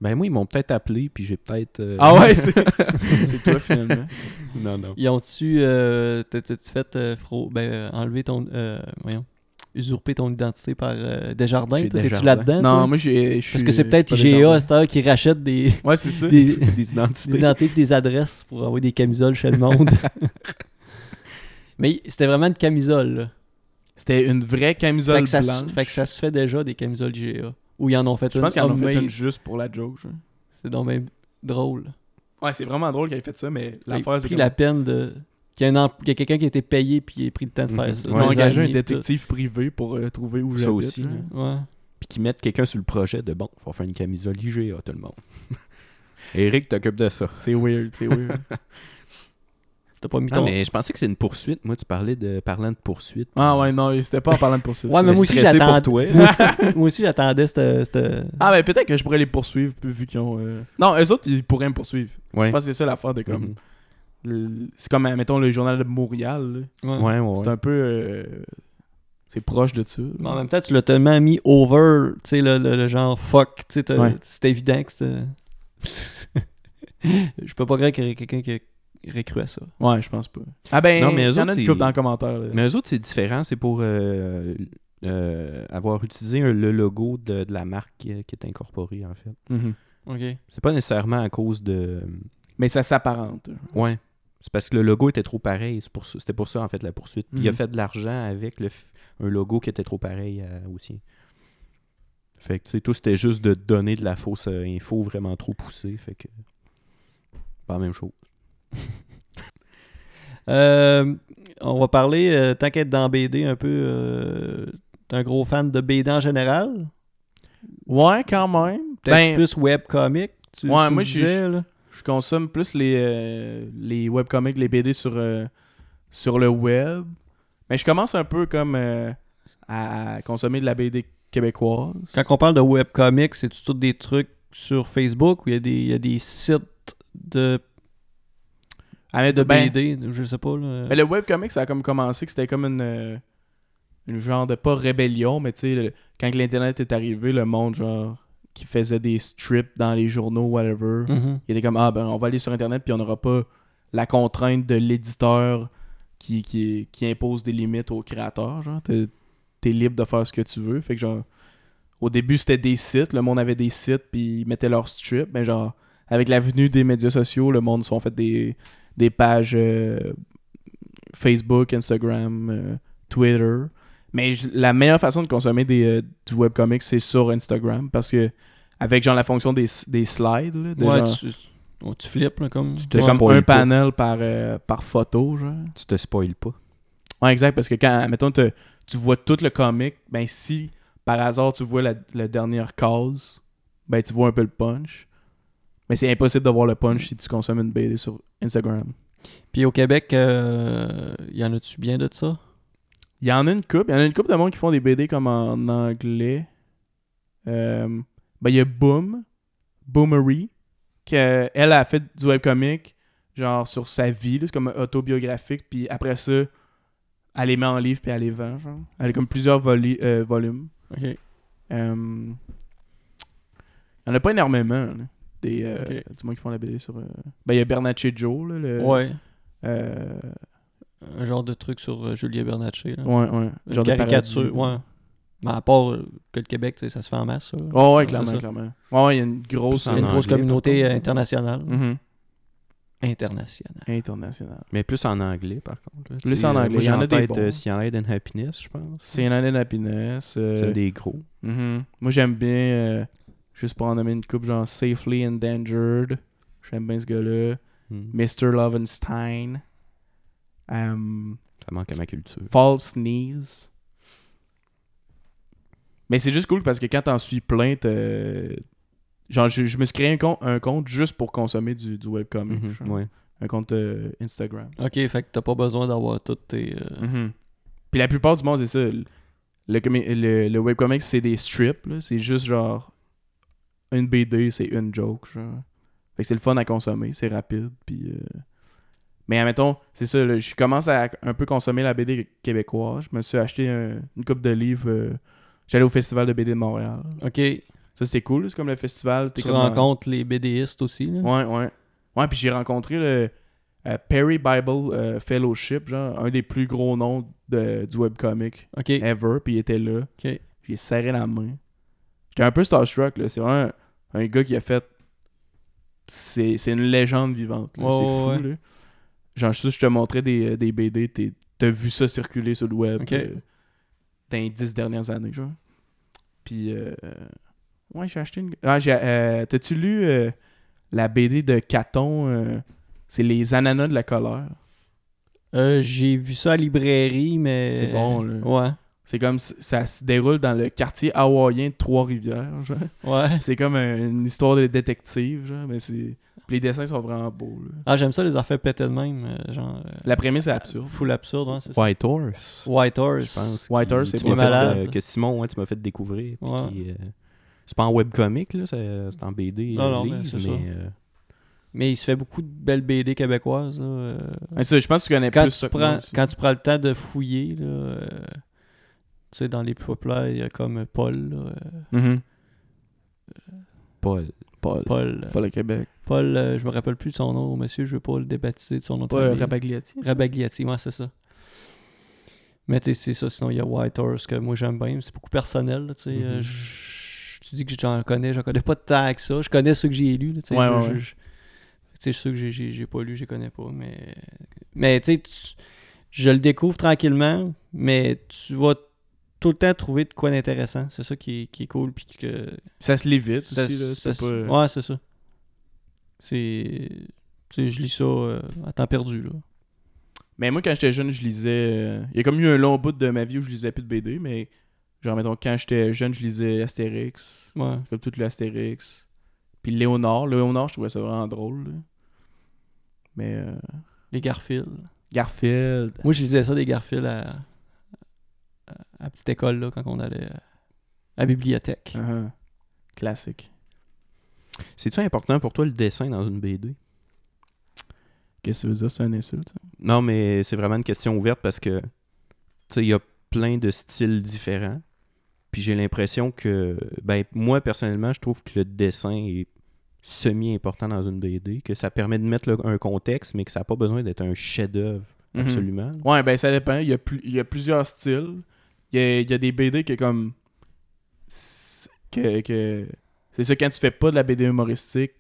S2: Ben moi, ils m'ont peut-être appelé, puis j'ai peut-être... euh,
S3: Ah ouais, c'est c'est toi finalement.
S2: Non, non.
S1: Ils ont-tu. Euh, t'as- T'as-tu fait euh, fro- ben, euh, enlever ton. euh, voyons. Usurper ton identité par euh, Desjardins?
S2: Chez
S1: toi? T'es-tu
S2: Desjardins.
S1: là-dedans?
S3: Non,
S1: Hein, toi?
S3: moi, j'ai. je
S1: Parce que
S3: suis,
S1: c'est peut-être
S3: euh, pas des
S1: IGA à
S3: jardins.
S1: cette heure qui rachète des,
S3: Ouais, c'est ça.
S1: des,
S2: Des
S1: des
S2: identités.
S1: identités et des adresses pour envoyer des camisoles chez le monde. Mais c'était vraiment une camisole. là.
S3: C'était une vraie camisole
S1: fait, que ça, se-
S3: blanche.
S1: fait que ça se fait déjà des camisoles IGA. Ou ils en ont fait
S3: Je
S1: une.
S3: pense qu'ils en ont fait
S1: homemade.
S3: une juste pour la joke. genre.
S1: C'est donc même drôle.
S3: Ouais, c'est vraiment drôle qu'ils aient fait ça, mais
S1: Ils ont
S3: l'affaire, c'est
S1: pris
S3: comme...
S1: la peine de. Qu'il y a, un em- qu'il y a quelqu'un qui a été payé puis il a pris le temps de faire
S2: Mhm.
S1: ça.
S3: Ils
S1: Des
S3: ont engagé un
S1: amis et tout. hein.
S3: détective privé pour euh, trouver où
S2: Ça
S3: j'habite.
S2: aussi,
S3: genre.
S2: là.
S1: Ouais.
S2: Puis qu'ils mettent quelqu'un sur le projet de, bon, faut faire une camisole IGA, tout le monde. Eric t'occupe de ça.
S3: C'est weird, c'est weird.
S1: T'as pas mis
S2: Non,
S1: ton.
S2: Ah, mais je pensais que c'est une poursuite. Moi, tu parlais de... Parlant de poursuite.
S3: ah ouais, non, c'était pas en parlant de poursuivre.
S1: Ouais, mais
S2: J'étais
S1: moi aussi,
S2: stressé pour
S1: j'attendais.
S2: toi.
S1: moi aussi- moi aussi, j'attendais cette. cette-
S3: Ah ben peut-être que je pourrais les poursuivre puis vu qu'ils ont... euh, Non, eux autres, ils pourraient me poursuivre.
S2: Ouais.
S3: Je pense que c'est ça l'affaire de comme...
S2: Mhm.
S1: Mm-hmm.
S3: le- C'est comme, euh, mettons, le journal de Montréal. là.
S1: Ouais.
S2: Ouais, ouais, ouais.
S3: C'est un peu... euh, C'est proche de ça. là.
S1: Mais en même temps, tu l'as tellement mis over, tu sais, le, le- le genre fuck, tu sais, t'as-
S3: Ouais.
S1: c'est évident que c'était. Je peux pas croire qu'il y aurait quelqu'un qui aurait cru à ça.
S3: Ouais, je pense pas. Ah ben,
S2: Non, mais eux
S3: il y en
S2: autres,
S3: a une
S2: c'est-
S3: couple dans les commentaires. là.
S2: Mais eux autres, c'est différent. C'est pour euh, euh, avoir utilisé un- le logo de, de la marque euh, qui est incorporée, en fait.
S3: Mhm.
S1: Ok.
S2: C'est pas nécessairement à cause de.
S3: Mais ça s'apparente.
S2: Ouais. C'est parce que le logo était trop pareil. C'est pour ça- C'était pour ça, en fait, la poursuite. Puis il a
S3: Mhm.
S2: fait de l'argent avec le f- un logo qui était trop pareil à- au sien. Fait que, tu sais, tout, c'était juste de donner de la fausse euh, info vraiment trop poussée. Fait que. Pas la même chose.
S1: Euh, on va parler, euh, tant qu'être dans BD, un peu. euh, t'es un gros fan de BD en général
S3: Ouais, quand même.
S1: Peut-être
S3: Ben,
S1: plus webcomic tu, tu
S3: Ouais, moi,
S1: me
S3: je-
S1: disais, là.
S3: je consomme plus les, euh, les webcomics, les BD sur, euh, sur le web. Mais je commence un peu comme euh, à consommer de la BD québécoise.
S1: Quand on parle de webcomic, c'est tout des trucs sur Facebook où il y, a des- il y a des sites de,
S3: Ah, mais
S1: de
S3: de ben,
S1: BD, je sais pas. là.
S3: mais le webcomic, ça a comme commencé que c'était comme une, euh, une genre de, pas rébellion, mais tu sais, le- quand l'Internet est arrivé, le monde, genre, qui faisait des strips dans les journaux, whatever.
S1: Mhm.
S3: Il était comme Ah ben on va aller sur internet puis on n'aura pas la contrainte de l'éditeur qui, qui, qui impose des limites aux créateurs, genre t'es t'es libre de faire ce que tu veux. Fait que genre au début c'était des sites, le monde avait des sites puis ils mettaient leur strip, mais genre avec la venue des médias sociaux, le monde se sont fait des, des pages euh, Facebook, Instagram, euh, Twitter. Mais j- la meilleure façon de consommer des, euh, du webcomic, c'est sur Instagram parce que avec genre la fonction des, des slides, là, de
S1: Ouais,
S3: genre-
S1: tu, oh, tu flippes, là, comme.
S2: Tu te
S3: c'est comme
S2: spoil
S3: un
S2: pas.
S3: panel par, euh, par photo, genre.
S2: Tu te spoiles pas.
S3: Ouais, exact, parce que quand, mettons, te- tu vois tout le comic, ben si par hasard tu vois la, la dernière case, ben tu vois un peu le punch. Mais c'est impossible de voir le punch si tu consommes une BD sur Instagram.
S1: Puis au Québec, euh, y en a-tu bien de ça?
S3: Il y en a une coupe. Il y en a une coupe de monde qui font des BD comme en anglais. Euh, ben, il y a Boom, Boomery, qu'elle elle a fait du webcomic, genre sur sa vie, là, c'est comme autobiographique. Puis après ça, elle les met en livre puis elle les vend. Genre. Elle a comme plusieurs voli- euh, volumes.
S1: OK.
S3: Euh, il n'y en a pas énormément, là, des, euh,
S1: Ok.
S3: du moins qui font la BD sur... euh, Ben, il y a Bernatchez Joe, là, le...
S1: Ouais.
S3: euh,
S1: Un genre de truc sur euh, Julien Bernatchez. Là.
S3: ouais, ouais.
S1: Une
S3: Genre de
S1: caricature,
S3: parodie.
S1: ouais. Mais à part euh, que le Québec, tu sais, ça se fait en masse. ça, là.
S3: Ouais, ouais,
S1: C'est
S3: clairement,
S1: ça.
S3: clairement. Ouais, ouais, il y a une grosse...
S1: Il y a Mm-hmm. une
S2: en
S1: grosse
S2: anglais,
S1: communauté
S2: par contre.
S1: euh, internationale.
S3: Mhm.
S1: Internationale.
S3: International.
S2: plus en anglais, par contre. là.
S3: Plus
S2: Tu sais,
S3: en
S2: euh,
S3: anglais.
S2: Moi,
S3: Il y
S2: j'ai
S3: en
S2: en
S3: a des
S2: tête
S3: bons.
S2: euh, Cyanide and Happiness, je pense.
S3: C'est une année d'happiness. euh,
S2: C'est des gros.
S3: mhm. Moi, j'aime bien, euh, juste pour en nommer une coupe, genre Safely Endangered. J'aime bien ce gars-là.
S2: Hmm.
S3: Mr. Lovenstein. Euh,
S2: Ça manque à ma culture.
S3: False Knees. Mais c'est juste cool parce que quand t'en suis plein, t'es- genre je, je me suis créé un compte, un compte juste pour consommer du, du webcomic.
S1: Mm-hmm.
S2: Mhm,
S3: genre.
S2: ouais.
S3: Un compte euh, Instagram.
S1: OK, fait que t'as pas besoin d'avoir toutes tes. euh,
S3: Mhm. Puis la plupart du monde, c'est ça. Le, comi- le, le webcomic, c'est des strips. là. C'est juste genre une BD, c'est une joke. Genre. Fait que c'est le fun à consommer, c'est rapide. Puis, euh, Mais admettons, c'est ça. là, je commence à un peu consommer la BD québécoise. Je me suis acheté un- une coupe de livres. euh, J'allais au festival de BD de Montréal.
S1: OK.
S3: Ça, c'est cool. là, C'est comme le festival. t'es
S1: Tu
S3: comme en-
S1: rencontres les BDistes aussi. Là.
S3: Ouais, ouais. Ouais, puis j'ai rencontré le euh, Perry Bible euh, Fellowship, genre un des plus gros noms de, du webcomic
S1: OK.
S3: ever, puis il était là.
S1: OK.
S3: J'ai serré la main. J'étais un peu starstruck, là. C'est vraiment un, un gars qui a fait... C'est c'est une légende vivante, là.
S1: Ouais,
S3: c'est
S1: ouais,
S3: fou, là. Genre, je, sais, je te montrais des, euh, des BD, t'es- t'as vu ça circuler sur le web
S1: Ok.
S3: euh, dans les dix dernières années, genre. Puis, euh, ouais, j'ai acheté une... Ah, j'ai, euh, T'as-tu lu euh, la BD de Caton? euh, c'est Les Ananas de la colère.
S1: Euh, J'ai vu ça à librairie, mais.
S3: C'est bon, là.
S1: Ouais.
S3: C'est comme... s- Ça se déroule dans le quartier hawaïen de Trois-Rivières, genre.
S1: Ouais.
S3: Pis C'est comme un- une histoire de détective, genre, mais c'est. pis les dessins sont vraiment beaux, là.
S1: Ah, j'aime ça, les affaires pétées de même. euh, genre. euh,
S3: La prémisse est absurde.
S1: Full absurde, hein, c'est ça.
S2: White Horse.
S1: White
S2: Je
S1: Horse.
S2: pense.
S3: White
S2: qui-
S3: Horse, c'est
S2: tu
S1: pas
S2: m'as fait,
S1: malade.
S2: euh, que Simon, ouais, tu m'as fait découvrir. puis
S1: Ouais.
S2: qui, euh, c'est pas en webcomic, là, c'est c'est en BD.
S1: Non,
S2: euh,
S1: non, mais
S2: livre,
S1: c'est
S2: mais,
S1: ça.
S2: euh,
S1: Mais il se fait beaucoup de belles BD québécoises. là, euh,
S3: Ah, ça, je pense que tu connais
S1: quand,
S3: plus
S1: tu
S3: ça que moi
S1: prends,
S3: aussi.
S1: quand tu prends le temps de fouiller, là, euh, tu sais, dans les plus populaires, il y a comme Paul. là, euh,
S3: Mhm.
S2: Paul.
S3: Paul. Paul.
S1: Paul, euh,
S3: le Québec.
S1: Paul euh, je me rappelle plus de son nom, monsieur, je veux pas le débaptiser de son nom. de
S3: Pas euh,
S1: famille.
S3: Rapagliati.
S1: Rabagliati, ouais, c'est ça. Mais tu sais, c'est ça. Sinon, il y a White Horse que moi j'aime bien. C'est beaucoup personnel. là, tu sais, euh,
S3: Mm-hmm.
S2: Mhm.
S1: je- tu dis que j'en connais, j'en connais pas tant que ça. Je connais ceux que j'ai lus. là, tu sais,
S3: Ouais,
S1: je-
S3: ouais,
S1: je-
S3: ouais.
S1: je- tu sais, ceux que j'ai- j'ai j'ai pas lus, je les connais pas. Mais, mais tu sais, tu- je le découvre tranquillement, mais tu vas tout le temps trouver de quoi d'intéressant. C'est ça qui est, qui est cool. Puis que
S3: Ça se lit vite
S1: ça-
S3: aussi, là.
S1: ça-
S3: C'est pas. euh,
S1: Ouais, c'est ça. C'est. Tu sais, je lis ça euh, à temps perdu. Là.
S3: Mais moi, quand j'étais jeune, je lisais. euh, Il y a comme eu un long bout de ma vie où je lisais plus de BD, mais genre, mettons, quand j'étais jeune, je lisais Astérix.
S1: Ouais.
S3: Comme tout le Astérix. Puis Léonard. Léonard, je trouvais ça vraiment drôle, là. Mais. euh,
S1: Les Garfield.
S3: Bah. Garfield.
S1: Moi, je lisais ça des Garfield à, à, à petite école, là, quand on allait à, la bibliothèque.
S3: Uh-huh. Classique.
S2: C'est-tu important pour toi le dessin dans une BD?
S3: Qu'est-ce que ça veut dire? C'est une insulte. ça?
S2: Non, mais c'est vraiment une question ouverte parce que, tu sais, il y a plein de styles différents. Puis j'ai l'impression que, ben, moi, personnellement, je trouve que le dessin est semi-important dans une BD, que ça permet de mettre le- un contexte, mais que ça n'a pas besoin d'être un chef-d'œuvre, absolument.
S3: Mhm. Ouais, ben ça dépend. Il y a, plus, il y a plusieurs styles. Il y a, il y a des BD que comme. c'est- Que, que- C'est ça, quand tu fais pas de la BD humoristique,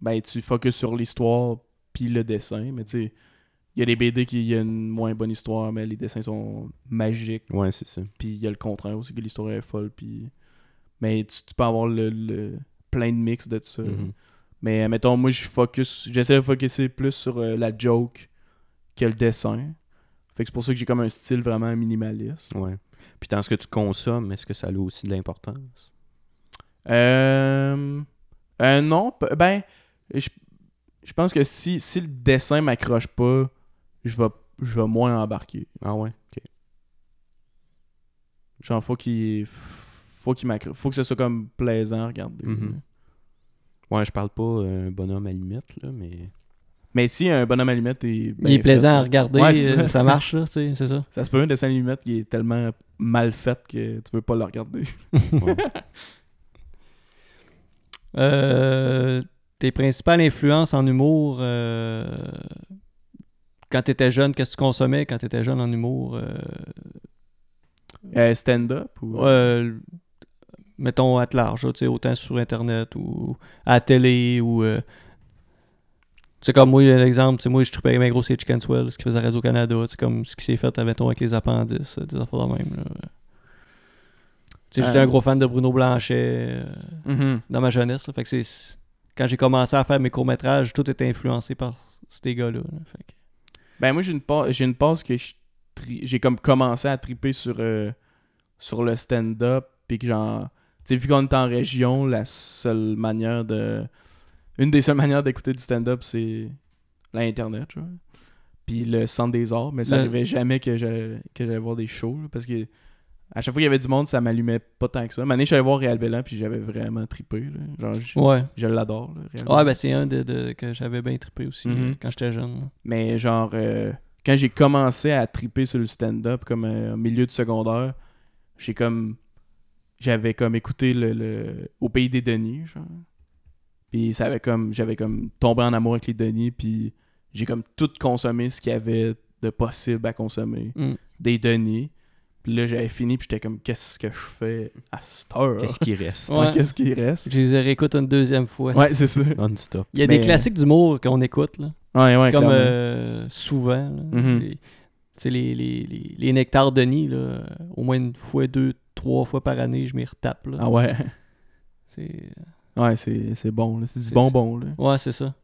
S3: ben tu focuses sur l'histoire puis le dessin. Mais tu sais, il y a des BD qui il y a une moins bonne histoire, mais les dessins sont magiques.
S2: Ouais, c'est ça.
S3: Puis il y a le contraire aussi, que l'histoire est folle. Puis... Mais tu, tu peux avoir le, le- plein de mix de tout ça.
S2: Mhm.
S3: Mais euh, mettons, moi, je focus, j'essaie de focuser plus sur euh, la joke que le dessin. Fait que c'est pour ça que j'ai comme un style vraiment minimaliste.
S2: Ouais. Puis dans ce que tu consommes, est-ce que ça a aussi de l'importance?
S3: Euh, euh, non, p- ben, Et je, je pense que si, si le dessin m'accroche pas, je vais, je vais moins embarquer.
S2: Ah ouais, ok.
S3: Genre, faut qu'il faut qu'il m'accroche. Faut que ce soit comme plaisant à regarder.
S2: Mhm. Ouais, je parle pas euh, bonhomme à limite, là, mais.
S3: Mais si un bonhomme à lunettes est. bien
S1: Il est
S3: fait,
S1: plaisant à regarder,
S3: Ben, Ouais, c'est
S1: euh,
S3: ça.
S1: ça marche, là, tu sais, c'est ça.
S3: Ça se peut un dessin à lunettes qui est tellement mal fait que tu veux pas le regarder.
S1: Euh, tes principales influences en humour, euh, quand tu étais jeune, qu'est-ce que tu consommais quand tu étais jeune en humour euh,
S3: Euh, Stand-up ou.
S1: euh, Mettons à large, là, tu sais, autant sur Internet ou à la télé ou. euh, tu sais, comme moi, l'exemple, tu sais, moi, je trippais bien gros, c'est Chicken Swell, ce qui faisait Radio-Canada, tu sais, comme ce qui s'est fait, mettons, avec les appendices, euh, des affaires de même, là. Tu sais, j'étais
S3: Euh.
S1: un gros fan de Bruno Blanchet. euh,
S3: Mhm.
S1: dans ma jeunesse. là. Fait que c'est- c'est quand j'ai commencé à faire mes courts-métrages, tout était influencé par ces gars-là. là. Fait que-
S3: Ben moi j'ai une passe, j'ai une passe que je tri- j'ai comme commencé à triper sur euh, sur le stand-up puis que genre tu sais vu qu'on est en région, la seule manière de une des seules manières d'écouter du stand-up c'est l'internet, genre. Puis le centre des arts, mais ça
S1: Le-
S3: arrivait jamais que j'allais que j'allais voir des shows là, parce que à chaque fois qu'il y avait du monde, ça m'allumait pas tant que ça. Mané, j'allais voir Réal Bellan puis j'avais vraiment trippé là. Genre je,
S1: Ouais.
S3: je l'adore là, Réal
S1: Ouais,
S3: Bellan.
S1: ben c'est un de, de- que j'avais bien trippé aussi
S3: Mhm.
S1: euh, quand j'étais jeune. là.
S3: Mais genre, euh, quand j'ai commencé à triper sur le stand-up, comme euh, au milieu de secondaire, j'ai comme. J'avais comme écouté le, le- Au pays des Denis, genre. Puis ça avait comme. J'avais comme tombé en amour avec les Denis, puis j'ai comme tout consommé ce qu'il y avait de possible à consommer.
S1: Mm.
S3: Des Denis. Puis là, j'avais fini, puis j'étais comme, qu'est-ce que je fais à cette heure?
S2: Qu'est-ce qui reste
S1: Ouais.
S3: Qu'est-ce qui reste?
S1: Je les réécoute une deuxième fois.
S3: Ouais, c'est ça. Ouais,
S2: Non-stop.
S1: Il y a
S3: Mais-
S1: des classiques d'humour qu'on écoute, là.
S3: ouais,
S1: comme
S3: clairement.
S1: euh, souvent. là.
S3: Mhm.
S1: Les- tu sais, les, les, les, les nectars de nid, là, euh, au moins une fois, deux, trois fois par année, je m'y retape. là.
S3: Ah ouais.
S1: C'est-
S3: Ouais, c'est c'est bon, là. C'est du
S1: C'est-
S3: bonbon, là.
S1: Ouais, c'est ça.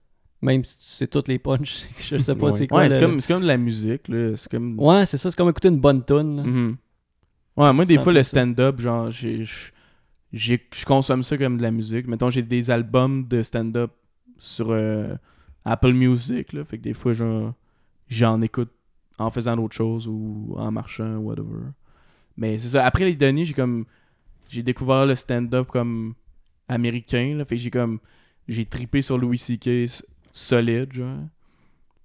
S1: Même si tu sais toutes les punches, je sais pas
S2: Ouais.
S1: c'est quoi.
S3: Ouais, c'est
S1: le-
S3: comme, c'est comme de la musique, là. C'est comme.
S1: Ouais, c'est ça, c'est comme écouter une bonne tune. là.
S3: Mhm. Ouais, moi,
S1: C'est
S3: des
S1: un
S3: fois,
S1: peu
S3: le
S1: ça.
S3: stand-up, genre, j'ai- je j'ai- je consomme ça comme de la musique. Mettons, j'ai des albums de stand-up sur euh, Apple Music, là. Fait que des fois, genre, j'en écoute en faisant d'autres choses ou en marchant, whatever. Mais c'est ça. Après les Denis, j'ai comme. J'ai découvert le stand-up comme américain, là. Fait que j'ai comme. J'ai tripé sur Louis C.K. s- solide, genre.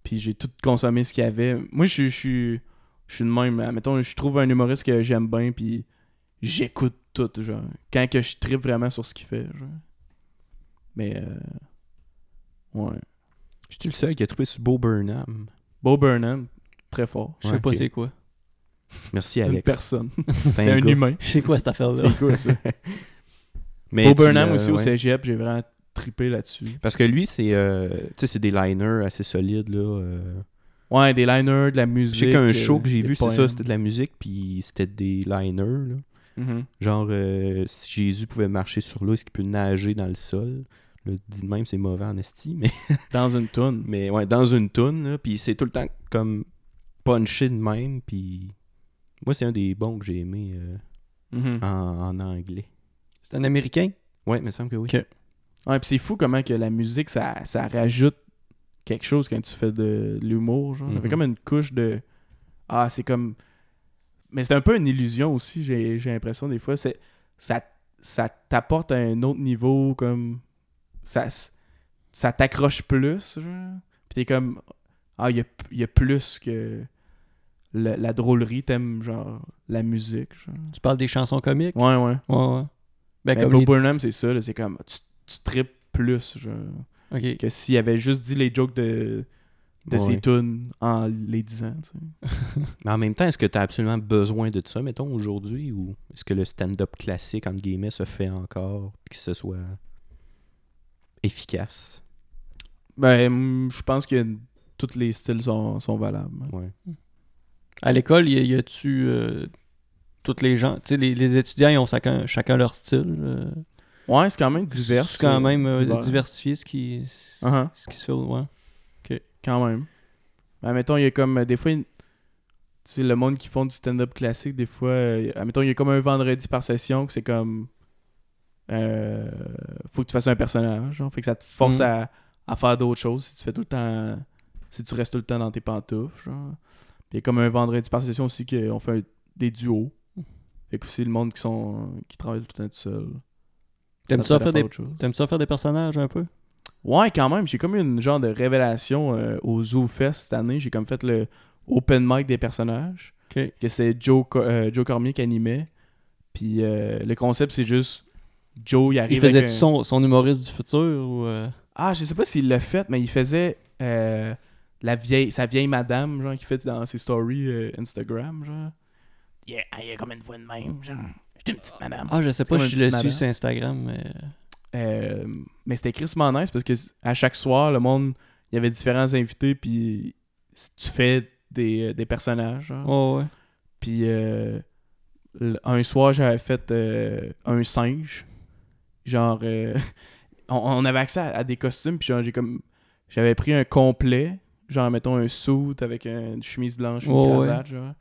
S3: Puis j'ai tout consommé ce qu'il y avait. Moi, je je suis. Je suis de même. Admettons, je trouve un humoriste que j'aime bien, puis j'écoute tout, genre. Quand que je tripe vraiment sur ce qu'il fait, genre. Mais, euh, ouais.
S2: Je suis le seul qui a trouvé sur Bo Burnham.
S3: Bo Burnham, très fort.
S1: Je sais
S2: Ouais,
S1: pas
S2: ok.
S1: c'est quoi.
S2: Merci,
S3: Une
S2: Alex. Ben,
S3: personne.
S2: C'est
S3: C'est un
S2: gars.
S3: humain.
S1: Je sais quoi cette affaire-là.
S3: C'est quoi ça?
S2: Mais
S3: Bo
S2: tu,
S3: Burnham
S2: euh,
S3: aussi au
S2: ouais.
S3: cégep, j'ai vraiment trippé là-dessus.
S2: Parce que lui, c'est euh, tu sais, c'est des liners assez solides. Là, euh.
S3: Ouais, des liners, de la
S2: Je
S3: musique.
S2: sais qu'un
S3: euh,
S2: show que j'ai
S3: des
S2: vu, c'est ça,
S3: poèmes.
S2: c'était de la musique, puis c'était des liners. Là.
S3: Mhm.
S2: Genre, euh, si Jésus pouvait marcher sur l'eau, est-ce qu'il peut nager dans le sol? Le dit de même, c'est mauvais en esti, mais,
S3: Dans une toune.
S2: mais ouais, dans une toune, là, puis c'est tout le temps comme punché de même, puis moi, c'est un des bons que j'ai aimé euh,
S3: Mhm.
S2: en, en anglais.
S1: C'est un Américain?
S2: Ouais, il me semble que oui.
S1: Ok.
S3: Ouais, puis c'est fou comment que la musique, ça, ça rajoute quelque chose quand tu fais de, de l'humour. Genre. Ça fait
S1: Mm-hmm.
S2: Mhm.
S3: comme une couche de. Ah, c'est comme. Mais c'est un peu une illusion aussi, j'ai, j'ai l'impression des fois. C'est, ça, ça t'apporte à un autre niveau, comme. Ça, s- ça t'accroche plus, genre. Puis t'es comme. Ah, il y a, p- il y a plus que la, la drôlerie, t'aimes, genre, la musique, genre.
S1: Tu parles des chansons comiques?
S3: Ouais, ouais.
S1: Ouais, ouais. Ben,
S3: Mais
S1: comme
S3: Bo
S1: les-
S3: Burnham, c'est ça, là, c'est comme. Tu, tu tripes plus, genre
S1: Ok.
S3: que s'il avait juste dit les jokes de, de
S2: Ouais.
S3: ses tunes en les disant. tu sais.
S2: Mais en même temps, est-ce que tu as absolument besoin de ça, mettons, aujourd'hui, ou est-ce que le stand-up classique, entre guillemets, se fait encore, puis que ce soit efficace?
S3: Ben, mm, je pense que tous les styles sont, sont valables.
S2: Ouais.
S1: À l'école, y, a- y a-tu... euh, toutes les gens... Tu sais, les, les étudiants, ils ont chacun, chacun leur style. euh.
S3: Ouais, c'est quand même divers.
S1: C'est quand
S3: euh,
S1: même euh,
S3: divers.
S1: diversifié ce qui,
S3: Uh-huh,
S1: ce qui se fait. Ouais.
S3: quand même. Ben, mettons, il y a comme. euh, Des fois, une- tu sais, le monde qui font du stand-up classique, des fois. euh, admettons, il y a comme un vendredi par session que c'est comme. euh, faut que tu fasses un personnage. Genre, fait que ça te force
S1: Mhm.
S3: à, à faire d'autres choses si tu fais tout le temps. Si tu restes tout le temps dans tes pantoufles, genre. Puis il y a comme un vendredi par session aussi qu'on fait un- des duos. Fait que aussi le monde qui sont qui travaille tout le temps tout seul.
S1: T'aimes ça, faire des...
S3: autre chose.
S1: t'aimes ça faire des personnages un peu?
S3: Ouais, quand même. J'ai comme eu une genre de révélation euh, au Zoo Fest cette année. J'ai comme fait le open mic des personnages.
S1: Ok.
S3: Que c'est Joe, Co- euh, Joe Cormier qui animait. Puis euh, le concept, c'est juste Joe, il arrive.
S1: Il faisait
S3: avec
S1: tu
S3: un-
S1: son, son humoriste du futur ou... euh,
S3: Ah, je sais pas s'il l'a fait, mais il faisait euh, la vieille, sa vieille madame, genre, qui fait dans ses stories euh, Instagram, genre. Yeah, il y a comme une voix de même, genre. J'étais une petite madame.
S1: Ah, je sais pas,
S3: comme
S1: je
S3: un
S1: le
S3: petit
S1: suis
S3: malin.
S1: sur Instagram, mais...
S3: Euh, mais c'était crissement nice parce que c- à chaque soir, le monde, il y avait différents invités, puis s- tu fais des, des personnages. genre.
S1: Oh, ouais.
S3: Puis euh, l- un soir, j'avais fait euh, un singe. Genre, euh, on, on avait accès à, à des costumes, puis genre, j'ai comme. J'avais pris un complet, genre, mettons un suit avec une chemise blanche, une
S1: Oh, ouais.
S3: cravate, genre.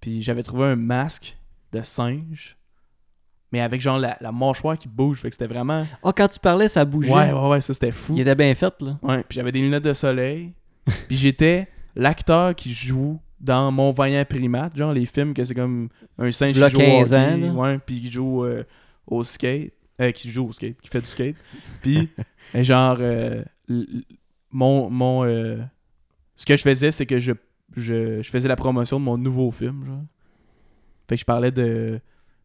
S3: Puis j'avais trouvé un masque de singe, mais avec genre la, la mâchoire qui bouge, fait que c'était vraiment.
S1: Ah, quand tu parlais, ça bougeait.
S3: Ouais, ouais, ouais, ça c'était fou.
S1: Il était bien fait, là.
S3: Ouais, puis j'avais des lunettes de soleil. puis j'étais l'acteur qui joue dans Mon Vaillant Primate, genre les films que c'est comme un singe
S1: V'là
S3: qui joue au
S1: 15 ans,
S3: hockey,
S1: là.
S3: ouais, puis qui joue euh, au skate, euh, qui joue au skate, qui fait du skate. Puis euh, genre euh, l- l- mon mon euh, ce que je faisais c'est que je, je je faisais la promotion de mon nouveau film, genre. Fait que je parlais de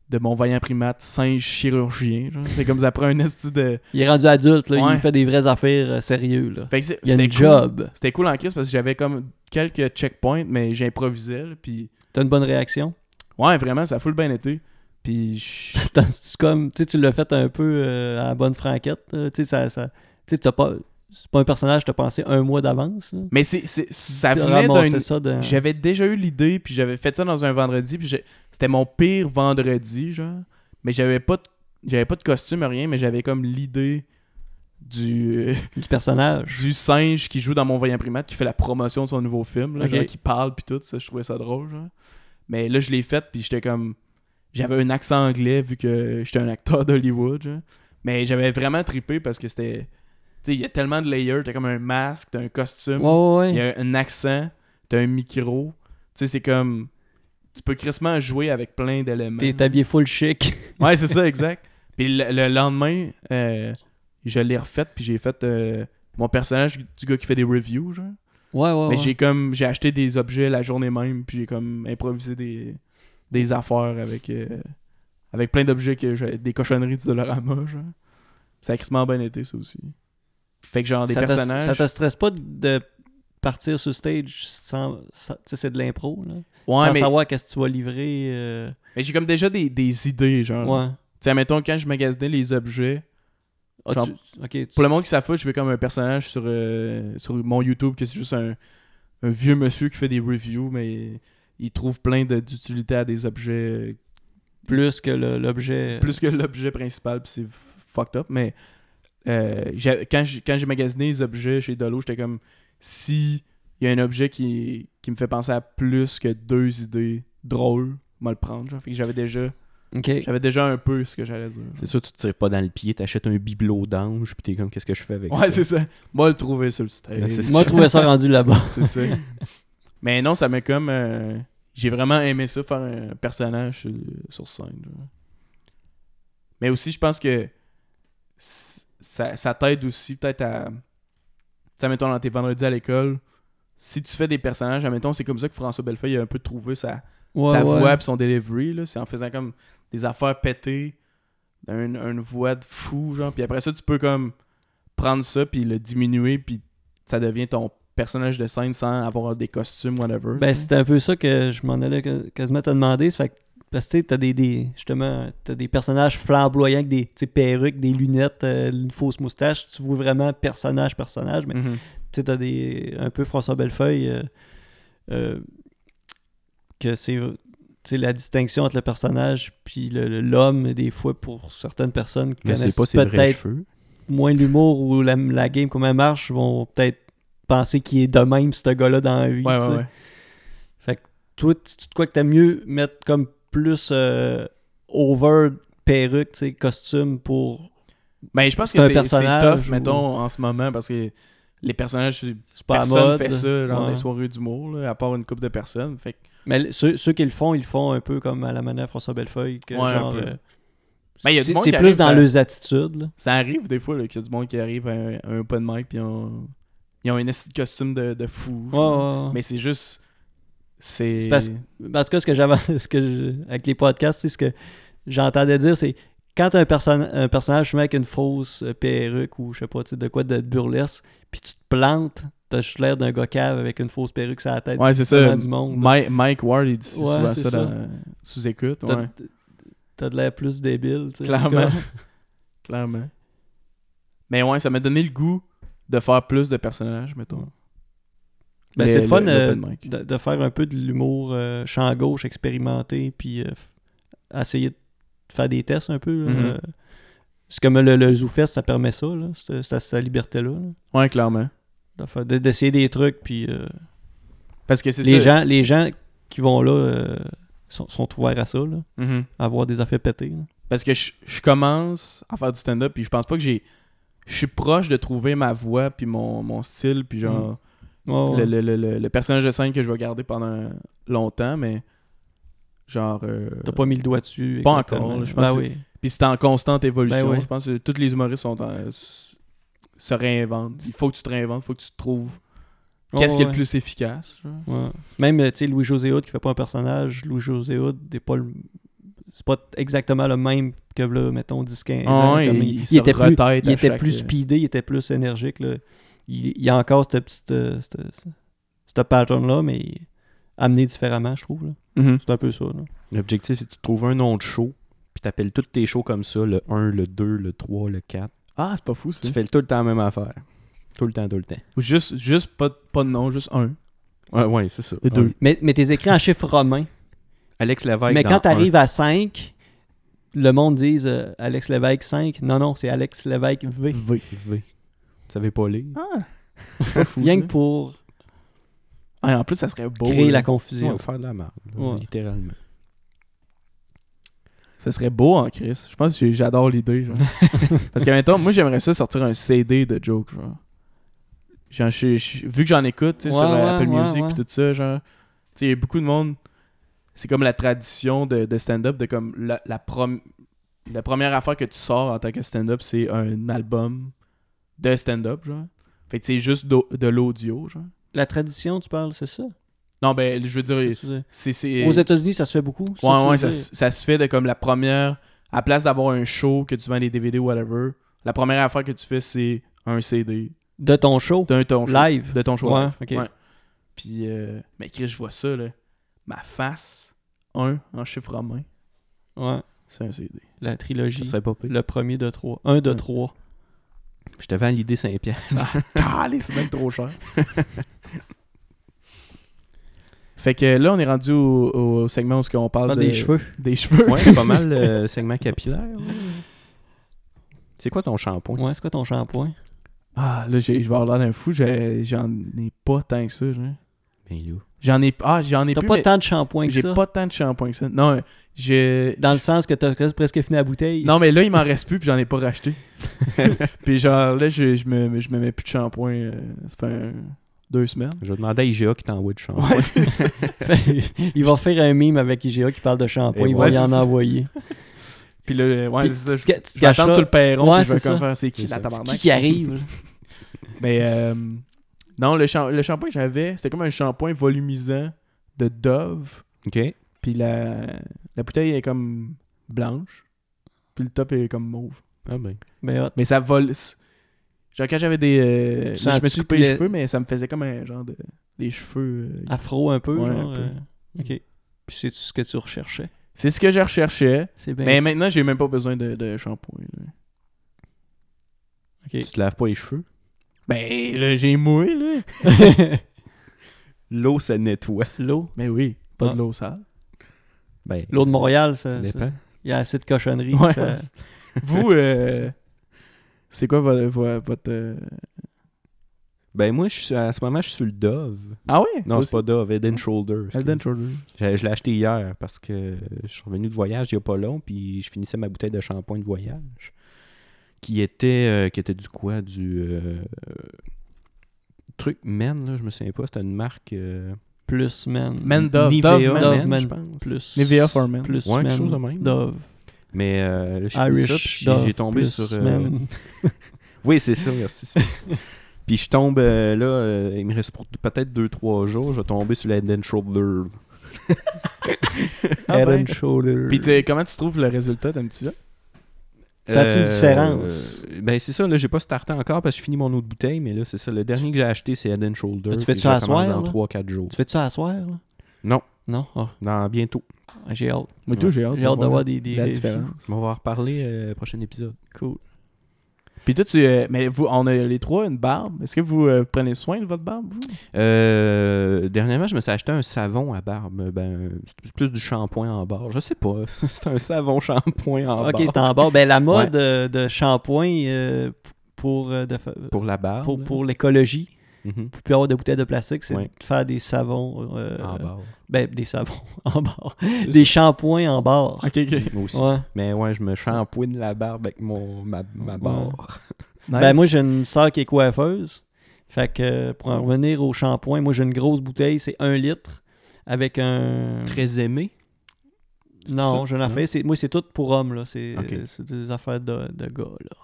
S3: de mon vaillant primate singe chirurgien, genre. C'est comme ça prend un esti de
S1: Il est rendu adulte, là.
S3: Ouais.
S1: Il fait des vraies affaires euh, sérieux, là.
S3: Fait que c'est-
S1: Il a
S3: c'était
S1: une
S3: cool.
S1: job.
S3: C'était cool en crise parce que j'avais comme quelques checkpoints, mais j'improvisais. là, Puis,
S1: T'as une bonne réaction.
S3: ouais, vraiment, ça a full bien été. Puis, je-
S1: T'as- c'est comme, tu sais, tu l'as fait un peu euh, à la bonne franquette. euh, tu sais, ça, ça- tu sais, t'as pas... C'est pas un personnage que t'as pensé un mois d'avance. là.
S3: mais c'est, c'est- ça
S1: T'as
S3: venait
S1: ramassé
S3: d'un.
S1: ça dans-
S3: J'avais déjà eu l'idée, puis j'avais fait ça dans un vendredi, puis j'ai- c'était mon pire vendredi, genre. Mais j'avais pas de... j'avais pas de costume, rien, mais j'avais comme l'idée du
S1: du personnage.
S3: du singe qui joue dans Mon Voyant Primate, qui fait la promotion de son nouveau film, là,
S1: Ok.
S3: genre, qui parle puis tout, ça, je trouvais ça drôle. genre. Mais là, je l'ai fait, puis j'étais comme... J'avais un accent anglais, vu que j'étais un acteur d'Hollywood. genre. Mais j'avais vraiment trippé, parce que c'était... Tu sais, il y a tellement de layers, t'as comme un masque, t'as un
S1: Ouais,
S3: costume,
S1: ouais, ouais.
S3: il y a un accent, t'as un micro. Tu sais, c'est comme... Tu peux crissement jouer avec plein d'éléments.
S1: T'es habillé full chic.
S3: Ouais, c'est ça, exact. Puis le, le lendemain, euh, je l'ai refait, puis j'ai fait euh, mon personnage du gars qui fait des reviews, genre.
S1: Ouais, ouais,
S3: Mais
S1: Oh, ouais.
S3: j'ai comme j'ai acheté des objets la journée même, puis j'ai comme improvisé des, des affaires avec euh, avec plein d'objets que j'avais- des cochonneries du Dollarama, genre. Ça a crissement bien été ça aussi. Fait que genre des
S1: ça te-
S3: personnages.
S1: ça te stresse pas de- de partir sur stage sans... sans- tu sais, c'est de l'impro, là.
S3: ouais,
S1: sans
S3: mais,
S1: savoir qu'est-ce que tu vas livrer. euh,
S3: mais j'ai comme déjà des, des idées, genre.
S1: Ouais.
S3: Tu sais, mettons quand je magasinais les objets,
S1: Ah,
S3: Genre,
S1: tu- ok, tu-
S3: Pour le monde qui savent pas, je fais comme un personnage sur, euh, sur mon YouTube que c'est juste un, un vieux monsieur qui fait des reviews, mais il trouve plein de- d'utilité à des objets euh,
S1: plus que le- l'objet.
S3: plus que l'objet principal, puis c'est fucked up. Mais euh, j'ai- quand j'ai quand j'ai magasiné les objets chez Dolo, j'étais comme si il y a un objet qui, qui me fait penser à plus que deux idées drôles, moi le prendre. Genre. Fait que j'avais déjà
S1: Ok.
S3: j'avais déjà un peu ce que j'allais dire.
S2: C'est sûr, tu te tires pas dans le pied, t'achètes un bibelot d'ange, puis t'es comme, qu'est-ce que je fais avec
S3: Ouais,
S2: ça?
S3: c'est ça. Moi le trouver sur le
S2: Ouais,
S3: stage.
S2: Ben, c'est
S1: Moi, je trouvais ça rendu là-bas.
S3: C'est ça. Mais non, ça m'a comme. euh, J'ai vraiment aimé ça, faire un personnage sur, sur scène. genre. Mais aussi, je pense que c- ça, ça t'aide aussi peut-être à. Ça, mettons, dans tes vendredis à l'école, si tu fais des personnages, admettons, c'est comme ça que François Bellefeuille il a un peu trouvé sa,
S1: Ouais,
S3: sa
S1: ouais.
S3: voix et son delivery. là. C'est en faisant comme des affaires pétées, un- une voix de fou, genre. Puis après ça, tu peux comme prendre ça puis le diminuer, puis ça devient ton personnage de scène sans avoir des costumes, whatever.
S1: Ben,
S3: tu sais.
S1: c'était un peu ça que je m'en allais que- quasiment te demander. Ça fait que- parce que, tu sais, t'as des, des, justement, t'as des personnages flamboyants avec des tu sais, perruques, des lunettes, euh, une fausse moustache. Tu vois vraiment personnage, personnage. Mais,
S3: Mhm.
S1: tu sais, t'as des, un peu François Bellefeuille, euh, euh, que c'est, tu sais, la distinction entre le personnage puis le- le- l'homme, des fois, pour certaines personnes qui
S2: Mais c'est
S1: connaissent
S2: pas ses vrais
S1: peut-être
S2: cheveux.
S1: moins l'humour ou la, la game, comment elle marche, vont peut-être penser qu'il est de même, ce gars-là, dans la vie.
S3: Ouais,
S1: tu sais.
S3: ouais, ouais.
S1: Toi, tu tu te crois que t'aimes mieux mettre comme plus euh, over perruque, tu sais, costume pour.
S3: Ben, je pense que
S1: C'est un
S3: c'est c'est
S1: personnage
S3: tough,
S1: ou-
S3: mettons, en ce moment, parce que les personnages, c'est-
S1: C'est pas à
S3: personne
S1: mode.
S3: fait ça dans
S1: Ouais.
S3: les soirées d'humour, là, à part une couple de personnes. Fait que
S1: Mais l- ceux, ceux qui le font, ils le font un peu comme à la manière François Bellefeuille. Que
S3: Ouais, un
S1: genre,
S3: peu.
S1: euh,
S3: Ben, il y a du
S1: c'est
S3: monde
S1: c'est
S3: qui
S1: plus
S3: arrive,
S1: dans
S3: ça-
S1: leurs attitudes. là.
S3: ça arrive des fois là, qu'il y a du monde qui arrive à un, à un open mic puis ils ont, ils ont un esti de costume de, de fou.
S1: Ouais, ouais, ouais.
S3: Mais c'est juste. C'est.
S1: Ah. C'est parce- Parce que ce que j'avais ce que je- avec les podcasts, c'est ce que j'entendais dire, c'est quand un, perso- un personnage se met avec une fausse euh, perruque ou je sais pas, tu sais, de quoi de burlesque, puis tu te plantes, t'as juste l'air d'un gars cave avec une fausse perruque sur la tête.
S3: Ouais, c'est
S1: devant
S3: ça.
S1: du monde.
S3: Mike, Mike Ward, il dit
S1: Ouais,
S3: souvent
S1: c'est
S3: ça,
S1: ça.
S3: dans- sous écoute.
S1: T'as
S3: ouais.
S1: t'as de l'air plus débile. tu sais, en tout
S3: Clairement.
S1: cas.
S3: Clairement. Mais ouais, ça m'a donné le goût de faire plus de personnages, mettons.
S1: Ben,
S3: Les-
S1: c'est le fun euh,
S3: l'open mic.
S1: de, de faire un peu de l'humour euh, champ gauche, expérimenté, puis euh, f- essayer de faire des tests un peu. là.
S3: Mhm.
S1: Euh, c'est comme le, le ZooFest, ça permet ça, là, cette, cette- cette liberté-là. là.
S3: Ouais, clairement.
S1: de faire- de- d'essayer des trucs puis euh,
S3: Parce que c'est
S1: les
S3: ça.
S1: gens les gens qui vont là euh, sont, sont ouverts à ça là,
S3: Mhm.
S1: à avoir des affaires pétées là.
S3: Parce que je, je commence à faire du stand-up, puis je pense pas que j'ai. Je suis proche de trouver ma voix, puis mon, mon style, puis genre
S1: Ouais,
S3: le,
S1: ouais.
S3: le- le- le- le personnage de scène que je vais garder pendant longtemps, mais genre. euh,
S1: t'as pas mis le doigt dessus
S3: Pas
S1: exactement.
S3: encore, là, je
S1: Ben
S3: pense que-
S1: oui.
S3: Puis c'est en constante évolution.
S1: Ben ouais.
S3: Je pense que tous les humoristes sont en- s- se réinventent. Il faut que tu te réinventes, il faut que tu trouves qu'est-ce
S1: Ouais,
S3: qui est le
S1: ouais.
S3: plus efficace. genre.
S1: Ouais. même euh, tu sais Louis José Hood qui fait pas un personnage Louis José Hood n'est pas le- c'est pas exactement le même que là mettons 10 15
S3: Ah
S1: ans,
S3: ouais,
S1: comme
S3: il- il se
S1: était plus
S3: retête à
S1: il était
S3: chaque-
S1: plus speedé il était plus énergique là. Il, il a encore cette petite euh, cette- cette- ce pattern là mais amené différemment je trouve là.
S3: Mhm.
S1: c'est un peu ça là.
S2: L'objectif, c'est que tu trouves un nom de show, puis tu appelles tous tes shows comme ça, le 1, le 2, le 3, le 4.
S3: Ah, c'est pas fou ça.
S2: Tu fais tout le temps la même affaire. Tout le temps, tout le temps.
S3: Ou juste, juste pas, de- pas de nom, juste un.
S2: Ouais, ouais, c'est ça.
S3: Le deux.
S1: mais mais t'es écrit en chiffres romains
S2: Alex Lévesque.
S1: Mais quand
S2: dans
S1: tu arrives à 5, le monde dit Alex Lévesque 5. Non, non, c'est Alex Lévesque
S2: un.
S1: V.
S2: V. V. Tu savais pas lire.
S3: Ah! Pas fou.
S1: Rien
S3: ça.
S1: que pour
S3: Ah, en plus, ça serait beau.
S1: créer
S3: là.
S1: la confusion.
S2: Ouais, faire de la merde, là,
S1: Ouais.
S2: littéralement.
S3: Ça serait beau en Chris. Je pense que j'ai- j'adore l'idée. genre. Parce qu'en même temps, moi, j'aimerais ça sortir un CD de jokes. Genre. Genre, je- je- vu que j'en écoute tu sais,
S1: Ouais,
S3: sur euh,
S1: ouais,
S3: Apple
S1: ouais,
S3: Music
S1: ouais.
S3: puis tout ça, genre, tu sais, il y a beaucoup de monde. C'est comme la tradition de, de stand-up, de comme la, la, prom- la première affaire que tu sors en tant que stand-up, c'est un album de stand-up. Genre. Fait que c'est juste d'au- de l'audio. genre.
S1: La tradition, tu parles, c'est ça?
S3: Non, ben, je veux dire,
S1: C'est-
S3: c'est. c'est-
S1: Aux États-Unis, ça se fait beaucoup. c'est
S3: Ouais,
S1: tu
S3: ouais,
S1: veux
S3: ça,
S1: dire?
S3: se- ça se fait de comme la première. À place d'avoir un show que tu vends des DVD ou whatever, la première affaire que tu fais, c'est un CD
S1: De ton show,
S3: d'un ton show.
S1: live.
S3: De ton show.
S1: Ouais,
S3: live.
S1: ok.
S3: Puis, euh, mais Chris, je vois ça, là. Ma face, 1 en chiffre romain,
S1: Ouais,
S3: c'est un CD.
S1: la
S2: Ça
S1: trilogie.
S2: serait pas pire.
S1: Le premier de trois. Un de
S2: Ouais.
S1: trois.
S2: Je te vends l'idée 5
S3: Allez, c'est même trop cher. fait que là, on est rendu au, au segment où on parle
S1: Parle
S3: de-
S1: Ah, des cheveux.
S3: Des cheveux.
S2: Ouais, pas mal le segment capillaire. ouais. C'est quoi ton shampoing?
S1: Ouais, c'est quoi ton shampoing?
S3: Ah, là, j'ai- je vais avoir l'air d'un fou. j'ai- J'en ai pas tant que ça, genre.
S2: Ben, Lou.
S3: J'en ai ah j'en ai
S1: T'as
S3: plus,
S1: pas
S3: mais
S1: tant de shampoing que
S3: j'ai
S1: ça.
S3: pas tant de shampoing que ça. Non, euh, j'ai
S1: Dans le sens que t'as presque fini la bouteille.
S3: Non, mais là il m'en reste plus puis j'en ai pas racheté. puis genre là je, je me je me mets plus de shampoing euh, ça fait un- deux semaines.
S2: Je vais demander à IGA qui t'envoie du shampoing.
S3: Ouais, c'est ça.
S1: Ils vont faire un mime avec IGA qui parle de shampoing.
S2: Et
S1: Ils vont
S2: ouais,
S1: y
S3: Eh c'est
S1: en
S3: ça.
S1: envoyer.
S3: puis là euh, ouais,
S1: Puis
S3: c'est ça,
S1: tu
S3: je,
S1: te ca- tu te
S3: je vais
S1: caches
S3: attendre
S1: là.
S3: sur le perron
S1: Ouais,
S3: puis je vais
S1: c'est
S3: comme
S1: ça.
S3: faire c'est qui
S2: C'est
S3: la
S2: ça.
S1: C'est qui
S3: tabarnak.
S1: qui arrive?
S3: Mais euh, non, le, shamp- le shampoing que j'avais, c'était comme un shampoing volumisant de Dove,
S2: OK.
S3: puis la la bouteille est comme blanche, puis le top est comme mauve.
S2: Ah ben.
S1: Mais hot.
S3: Mais ça vole. s- Genre, quand j'avais des. euh,
S1: Tu
S3: là, je
S1: sens-tu
S3: me suis
S1: que
S3: coupé les
S1: le-
S3: cheveux, mais ça me faisait comme un genre de. Les cheveux. euh,
S1: Afro un peu,
S3: Ouais,
S1: genre.
S3: un peu.
S1: euh, Ok. Puis c'est ce que tu recherchais.
S3: C'est ce que je recherchais.
S1: C'est bien.
S3: Mais maintenant, j'ai même pas besoin de, de shampoing. là.
S1: Ok.
S2: Tu te laves pas les cheveux?
S3: Ben, là, j'ai moué, là.
S2: L'eau, ça nettoie.
S1: L'eau.
S3: Mais Ben oui, pas
S1: Ah.
S3: de l'eau sale.
S2: Ben,
S1: L'eau de Montréal, ça. ça-
S2: ça dépend.
S1: Il y a assez de cochonneries.
S3: Ouais.
S1: ça-
S3: Vous, euh, c'est quoi vo- vo- votre. euh,
S2: Ben, moi, je suis, à ce moment, je suis sur le Dove.
S3: Ah ouais?
S2: Non, c'est pas Dove, Head and Shoulders.
S3: Head and Shoulders.
S2: Je, je l'ai acheté hier parce que je suis revenu de voyage il n'y a pas long, puis je finissais ma bouteille de shampoing de voyage qui était, euh, qui était du quoi Du. euh, truc Men, là, je me souviens pas, c'était une marque euh,
S1: Plus men.
S3: Men Dove.
S2: Nivea
S3: Dove Men.
S2: Men,
S1: Men.
S2: je pense.
S1: Plus.
S3: Nivea for Men.
S1: Plus
S2: Ouais, quelque
S1: men.
S2: chose de même.
S1: Dove.
S2: Mais euh, là, je finis ça, puis
S1: Irish.
S2: j'ai-
S1: Dove.
S2: j'ai tombé
S1: plus
S2: sur... euh,
S1: men.
S2: Oui, c'est ça, merci. Puis je tombe euh, là, euh, il me reste pour peut-être 2-3 jours, je vais tomber sur la Head and Shoulder.
S3: Ah
S2: Ah,
S1: Head
S3: ben.
S1: and shoulder.
S3: Puis tu sais, comment tu trouves le résultat d'un petit
S1: Ça a-tu une différence?
S2: euh, ben c'est ça, là, j'ai pas starté encore parce que je finis mon autre bouteille, mais là, c'est ça. Le dernier que j'ai acheté, c'est Head and Shoulder.
S1: Là, tu
S2: puis
S1: fais-tu
S2: je
S1: à
S2: le
S1: soir,
S2: commence dans
S1: là?
S2: 3-4 jours.
S1: Tu fais-tu ça à soir, là?
S2: Non,
S1: Non? Ah,
S2: dans bientôt.
S1: j'ai hâte.
S3: Moi, tout, j'ai hâte.
S1: J'ai hâte
S3: de
S1: d'avoir
S3: voir
S1: des, des
S3: la
S1: reviews.
S3: différence.
S2: On va en reparler euh, prochain épisode.
S1: Cool.
S3: Puis toi, tu. euh, mais vous, on a les trois une barbe. Est-ce que vous euh, prenez soin de votre barbe, vous
S2: Euh, dernièrement, je me suis acheté un savon à barbe. Ben, c'est plus du shampoing en barre. Je sais pas. c'est un savon shampoing en
S1: ok,
S2: barre.
S1: c'est en bas. Ben, la mode euh, de shampoing euh, p- pour, euh, de fa-
S2: Pour la barbe.
S1: pour,
S2: là.
S1: pour l'écologie,
S2: Mhm.
S1: pour plus avoir de bouteilles de plastique, c'est
S2: Ouais.
S1: de faire des savons. euh,
S2: En barre.
S1: Ben, des savons en barre. Des shampoings en barre.
S2: Ah,
S3: Ok, ok.
S2: Moi aussi.
S1: Ouais.
S2: Mais ouais, je me shampouine la barbe avec mon, ma, ma
S1: Ouais.
S2: barre.
S1: Ben, moi, j'ai une sœur qui est coiffeuse. Fait que euh, pour en revenir au shampoing, moi, j'ai une grosse bouteille, c'est un litre. Avec un.
S2: Très aimé.
S1: Non,
S2: ça?
S1: je n'en fais. c'est- Moi, c'est tout pour hommes, là. C'est
S2: Ok.
S1: c'est des affaires de, de gars, là.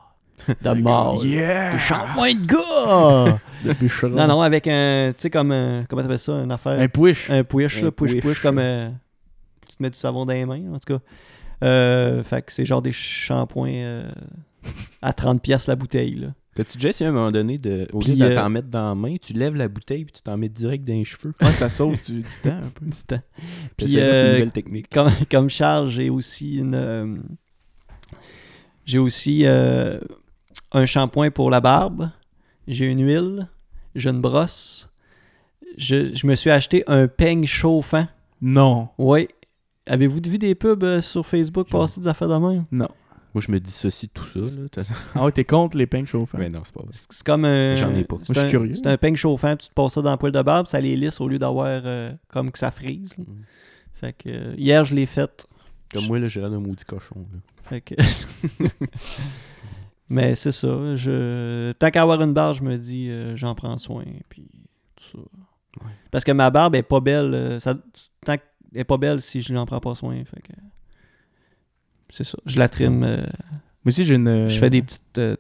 S1: De mort.
S3: Yeah!
S1: Des shampoings de gars!
S3: De bûcheron.
S1: non, non, avec un. Tu sais, comme. un- comment t'appelles ça Une affaire.
S3: Un push.
S1: Un push,
S2: Un
S1: là, push,
S2: push.
S1: push, comme euh, tu te mets du savon dans les mains, en tout cas. Euh, fait que c'est genre des shampoings euh, à 30 pièces la bouteille, là.
S2: T'as-tu déjà essayé à un moment donné, de, au
S1: Puis,
S2: lieu de
S1: euh,
S2: t'en mettre dans la main, tu lèves la bouteille puis tu t'en mets direct dans les cheveux?
S3: Ouais, ça sauve du, du temps un peu.
S1: Du temps.
S2: Puis,
S1: Puis,
S2: c'est une
S1: euh,
S2: nouvelle technique.
S1: comme, comme Charles, j'ai aussi une. euh, j'ai aussi euh, un shampoing pour la barbe. J'ai une huile. J'ai une brosse. Je, je me suis acheté un peigne chauffant.
S3: Non.
S1: Oui. Avez-vous vu des pubs euh, sur Facebook
S2: Non.
S1: passer des affaires de même?
S2: Moi, je me dissocie de tout ça. Là. T'as-
S3: Ah ouais, t'es contre les peignets chauffants.
S2: Mais non, c'est pas vrai.
S1: C'est comme un.
S2: J'en ai pas.
S1: c'est
S3: Moi, je suis
S1: un-
S3: curieux.
S1: C'est un peigne chauffant, puis tu te passes ça dans la poêle de barbe, ça les lisse au lieu d'avoir euh, comme que ça frise. là. Fait que euh, hier, je l'ai faite.
S2: Comme moi, là, j'ai l'air d'un maudit cochon. là.
S1: Fait que- Mais c'est ça. Je... Tant qu'à avoir une barbe, je me dis, euh, j'en prends soin, puis tout ça.
S2: Ouais.
S1: Parce que ma barbe est pas belle. euh, ça... Tant qu'elle est pas belle si je n'en prends pas soin. Fait que... C'est ça. Je la trime. euh,
S3: Moi aussi, j'ai une. euh,
S1: Je fais des petites, euh,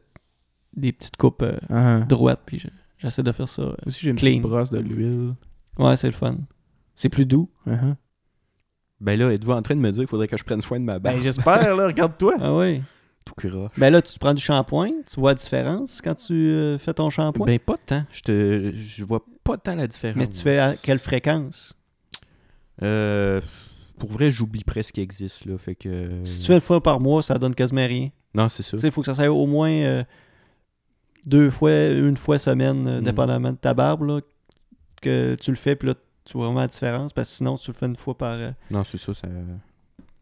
S1: des petites coupes euh,
S3: Ah, ah. Moi
S1: droites, puis je- j'essaie de faire ça. euh,
S3: aussi, j'ai une
S1: Clean.
S3: petite brosse de l'huile.
S1: Ouais, c'est le fun. C'est plus doux.
S3: Ah, ah.
S2: Ben là, êtes-vous en train de me dire qu'il faudrait que je prenne soin de ma barbe?
S3: Ben, j'espère, là, regarde-toi.
S1: Ah oui.
S2: tout croche.
S1: Ben là, tu prends du shampoing, tu vois la différence quand tu euh, fais ton shampoing.
S2: Ben pas tant. Je te, je vois pas tant la différence.
S1: Mais tu fais à quelle fréquence?
S2: Euh, pour vrai, j'oublie presque qu'il existe là, fait que.
S1: Si tu fais une fois par mois, ça donne quasiment rien.
S2: Non, c'est ça.
S1: Tu sais, il faut que ça soit au moins euh, deux fois, une fois semaine, euh,
S2: Mm.
S1: dépendamment de ta barbe, là, que tu le fais, puis là, tu vois vraiment la différence, parce que sinon, si tu le fais une fois par, euh,
S2: Non, c'est ça. ça...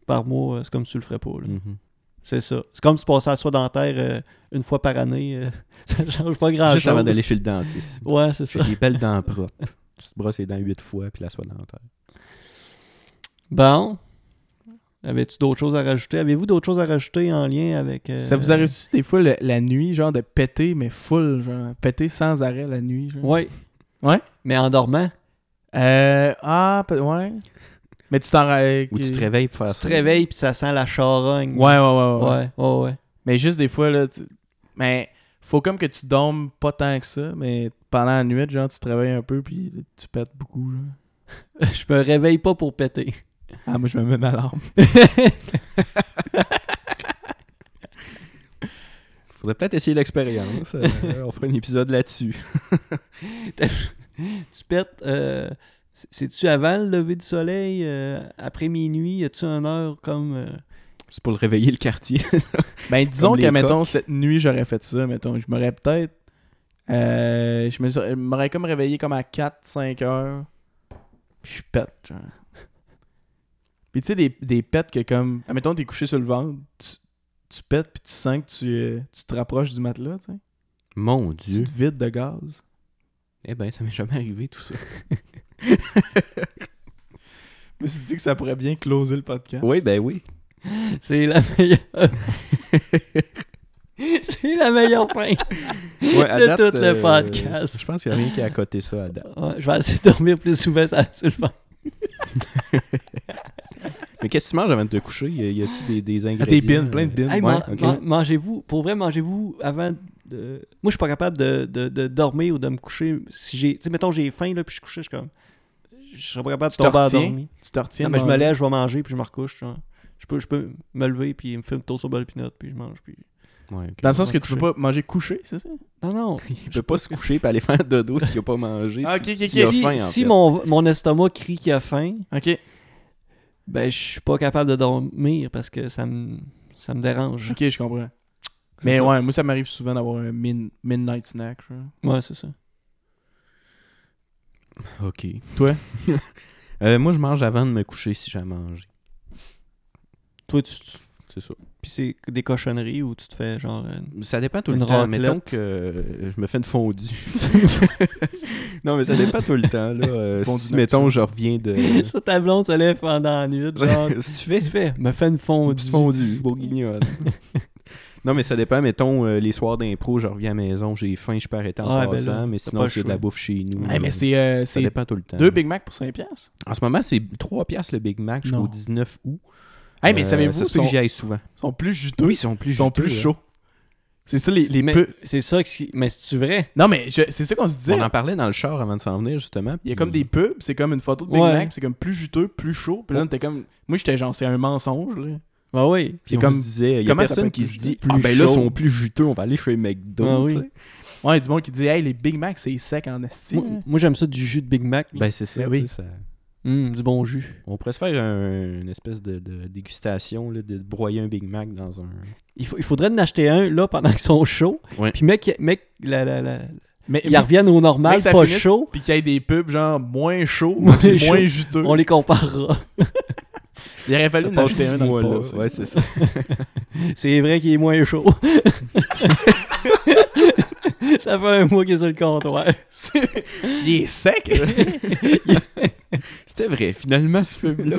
S1: par mois, euh, c'est comme si tu le ferais pas. là.
S2: Mhm.
S1: C'est ça. C'est comme si tu passais à soie dentaire euh, une fois par année. euh, ça change pas grand-chose.
S2: Juste avant d'aller chez le dentiste.
S1: Ouais, c'est
S2: J'ai
S1: ça.
S2: des belles dents propres. Tu te brosses les dents huit fois puis la soie dentaire.
S1: Bon. Avais-tu d'autres choses à rajouter? Avez-vous d'autres choses à rajouter en lien avec... euh,
S3: Ça vous arrive des fois le- la nuit, genre de péter, mais full, genre péter sans arrêt la nuit? Genre?
S1: Oui.
S3: Ouais?
S1: Mais en dormant.
S3: Euh, ah, pe- ouais. Mais tu t'en. euh,
S2: Ou tu te
S3: que-
S2: réveilles pour faire
S1: Tu te
S2: ça.
S1: réveilles, puis ça sent la charogne.
S3: Ouais, ouais, ouais, ouais.
S1: Ouais, ouais, ouais.
S3: Mais juste des fois, là, tu- mais faut comme que tu dormes pas tant que ça, mais pendant la nuit, genre, tu te réveilles un peu, puis tu pètes beaucoup, là.
S1: Je me réveille pas pour péter.
S3: Ah, moi, je me mets une alarme.
S2: Faudrait peut-être essayer l'expérience. Euh, on fera un épisode là-dessus.
S1: Tu pètes. euh, c- C'est-tu avant le lever du soleil, euh, après minuit, y a-tu une heure comme. euh,
S2: C'est pour le réveiller le quartier.
S3: Ben, disons
S2: Comme les
S3: que, mettons, cette nuit, j'aurais fait ça, mettons, je m'aurais peut-être. euh, je me serais- je m'aurais comme réveillé comme à 4-5 heures, puis je pète, genre. Puis tu sais, des, des pètes que comme. ah, Mettons, t'es couché sur le ventre, tu, tu pètes, puis tu sens que tu, euh, tu te rapproches du matelas, tu sais.
S2: Mon
S3: Tu
S2: Dieu.
S3: te vides de gaz.
S2: Eh ben, ça m'est jamais arrivé tout ça.
S3: Je me suis dit que ça pourrait bien
S1: ben,
S3: closer le podcast.
S2: Oui, ben oui.
S1: C'est la meilleure. C'est la meilleure fin.
S2: Ouais, à
S1: De
S2: date, euh,
S1: tout le podcast.
S2: Je pense qu'il n'y a rien qui a coté ça à date.
S1: Ouais, je vais essayer de dormir plus souvent, ça va se le faire.
S2: Mais qu'est-ce que tu manges avant de te coucher Y a-tu des, Ah, des ingrédients euh,
S3: des bins, plein de bins.
S1: Hey,
S2: Ouais,
S1: man-
S2: ok.
S1: man- Mangez-vous, pour vrai, mangez-vous avant. de- Moi, je suis pas capable de, de- de dormir ou de me coucher. Si j'ai, tu sais, mettons, j'ai faim, là, puis je suis couché, je suis comme. Je serais pas capable de
S3: Tu te
S1: tomber à
S3: retiens?
S1: dormir.
S3: Tu te retiens.
S1: Non, mais je me
S3: manger.
S1: lève, je vais manger, puis je me recouche. genre. Je peux, je peux me lever, puis me faire une tour sur le pinot, puis je mange. Puis...
S2: Ouais, ok.
S3: Dans le sens
S1: Je
S3: que
S1: vais
S3: tu
S1: me
S3: peux pas manger couché, c'est ça?
S1: Non, non.
S2: Il peut pas se coucher et aller faire dodo s'il n'a pas mangé.
S3: Ah,
S2: si-
S3: ok, ok,
S2: s'il
S3: ok.
S2: a faim, en
S1: si
S2: fait.
S1: mon, mon estomac crie qu'il a faim,
S3: Ok.
S1: ben, je suis pas capable de dormir parce que ça me, ça me dérange.
S3: Ok, je comprends.
S1: C'est
S3: Mais
S1: ça.
S3: ouais, moi ça m'arrive souvent d'avoir un min- midnight snack. genre.
S1: Ouais, c'est ça.
S2: Ok.
S3: Toi?
S2: Euh, moi, je mange avant de me coucher si j'ai mangé.
S1: Toi, tu, tu-
S2: C'est ça.
S1: puis c'est des cochonneries ou tu te fais genre. euh,
S2: Ça dépend tout
S1: Une
S2: le temps.
S1: raclette.
S2: Mettons que euh, je me fais une fondue. non, mais ça dépend tout le temps. Là. Euh,
S3: Fondue
S2: si, mettons, je reviens de.
S1: ça, ta blonde se lève pendant la nuit. Genre,
S2: Si tu fais
S1: qu'est-ce que tu fais? Me fais une fondue.
S2: fondue, fondue bourguignonne. non, mais ça dépend. Mettons, euh, les soirs d'impro, je reviens à la maison, j'ai faim, je peux arrêter en
S1: Ah, ben
S2: passant,
S1: là,
S2: mais
S1: pas
S2: sinon,
S1: le
S2: j'ai de
S1: choix.
S2: la bouffe chez nous.
S1: Mm.
S3: Hey, mais c'est euh,
S2: ça
S3: c'est
S2: dépend tout le temps.
S3: deux Big Mac pour 5 piastres.
S2: En ce moment, c'est 3 piastres le Big Mac jusqu'au
S3: Non.
S2: 19 août.
S3: Hey, mais
S2: Euh,
S3: savez-vous,
S2: ça
S3: ils
S2: se peut
S3: sont,
S2: que j'y aille souvent.
S3: sont plus juteux.
S2: ils sont plus
S3: ils sont plus
S2: juteux, hein.
S3: chauds. C'est ça les, les
S1: Mais-
S3: peu-
S1: C'est ça que si- Mais c'est-tu vrai?
S3: Non, mais je- c'est ça qu'on se disait.
S2: On en parlait dans le char avant de s'en venir, justement.
S3: Il y a
S2: puis-
S3: comme des pubs, c'est comme une photo de Big
S1: Ouais.
S3: Mac, puis c'est comme plus juteux, plus chaud. Puis là, t'es comme. Moi, j'étais genre, c'est un mensonge, là.
S1: Ben oui.
S2: Puis
S3: C'est
S2: on
S3: comme-
S2: se disait, il y a
S3: comment ça peut
S2: personne
S3: être
S2: qui
S3: plus
S2: se dit,
S3: plus
S2: ah ben là, ils
S3: chaud?
S2: sont plus juteux, on va aller chez McDo.
S1: Ah oui.
S2: tu sais.
S3: Ouais, il y a du monde qui dit, hey, les Big Mac, c'est sec en esti.
S1: Moi,
S2: Mm.
S1: moi, j'aime ça du jus de Big Mac. là.
S2: Ben c'est ça,
S3: Ben oui.
S2: tu sais, ça-
S1: Hum, du bon jus.
S2: On pourrait se faire un- une espèce de, de dégustation, là, de broyer un Big Mac dans un...
S1: Il, faut- il faudrait en acheter un là pendant qu'ils sont chauds.
S2: Ouais.
S1: Puis mec, mec la, la, la-
S3: Mais,
S1: ils reviennent au normal,
S3: mec, ça
S1: pas
S3: finisse-
S1: chaud.
S3: Puis qu'il y ait des pubs, genre, moins chauds,
S1: Moins
S3: puis
S1: chaud.
S3: moins juteux.
S1: On les comparera.
S3: Il aurait fallu
S2: Ça
S3: en
S2: passe
S3: acheter
S2: six
S3: un dans
S2: mois,
S3: le
S2: là.
S3: passé.
S2: Ouais, c'est ça.
S1: C'est vrai qu'il est moins chaud. ça fait un mois qu'il est sur le comptoir.
S3: Il est sec, esti.
S2: C'était vrai, finalement, ce film-là.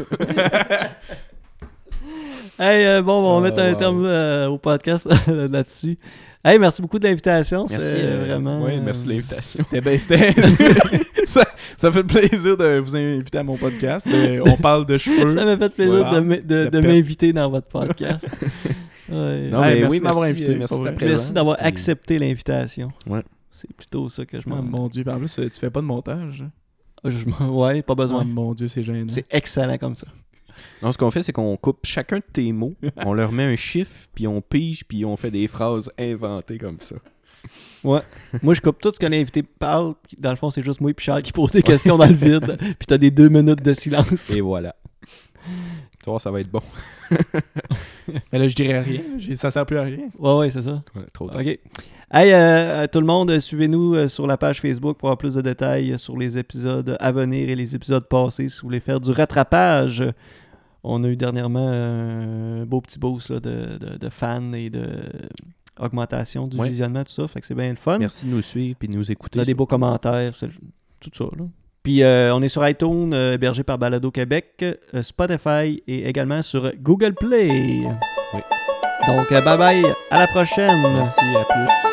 S1: Hey, euh, bon, on va
S2: Ah,
S1: mettre un
S2: wow.
S1: terme euh, au podcast là-dessus. Hey, merci beaucoup de l'invitation.
S2: Merci,
S1: C'est
S2: euh,
S1: vraiment.
S2: ouais, merci de
S1: euh,
S2: l'invitation.
S3: C'était ben, c'était- ça, ça fait plaisir de vous inviter à mon podcast. Euh, on parle de cheveux.
S1: Ça m'a fait plaisir
S3: Voilà.
S1: de m- de
S3: Le
S1: de
S3: pep.
S1: m'inviter dans votre podcast. Ouais.
S2: Non,
S3: Ouais,
S2: mais
S3: merci
S2: oui,
S3: de m'avoir
S2: merci,
S3: invité,
S2: euh, Merci
S3: pour
S2: de ta
S3: vrai.
S2: présence,
S1: euh, Merci d'avoir
S2: puis-
S1: accepté l'invitation.
S2: Ouais.
S1: C'est plutôt ça que je
S3: Oh,
S1: m'en
S3: mon dieu, Puis en plus, euh, tu fais pas de montage. hein.
S1: Je m'en- Ouais, pas
S3: Oh,
S1: besoin.
S3: mon dieu, c'est gênant.
S1: C'est excellent comme ça.
S2: Non, ce qu'on fait, c'est qu'on coupe chacun de tes mots, on leur met un chiffre, puis on pige, puis on fait des phrases inventées comme ça.
S1: Moi, je coupe tout ce que l'invité parle. puis Dans le fond, c'est juste moi et Charles qui posent des questions dans le vide. Puis t'as des deux minutes de silence.
S2: Et voilà. Tu vois, ça va être bon.
S3: Mais là, je dirais rien. J'ai- Ça sert plus à rien.
S1: Ouais, ouais, c'est ça.
S2: Ouais, trop tard.
S1: OK. Hey, euh, à tout le monde, euh, suivez-nous euh, sur la page Facebook pour avoir plus de détails euh, sur les épisodes à venir et les épisodes passés si vous voulez faire du rattrapage. On a eu dernièrement euh, un beau petit boost là, de, de- de fans et de augmentation du
S2: Ouais.
S1: visionnement, tout ça. Fait que c'est bien le fun.
S2: Merci de nous suivre et de nous écouter.
S1: On a des beaux commentaires, c'est- tout ça. là. Puis euh, on est sur iTunes, euh, hébergé par Balado Québec, euh, Spotify et également sur Google Play.
S2: Oui.
S1: Donc, euh, bye bye, à la prochaine.
S2: Merci, à plus.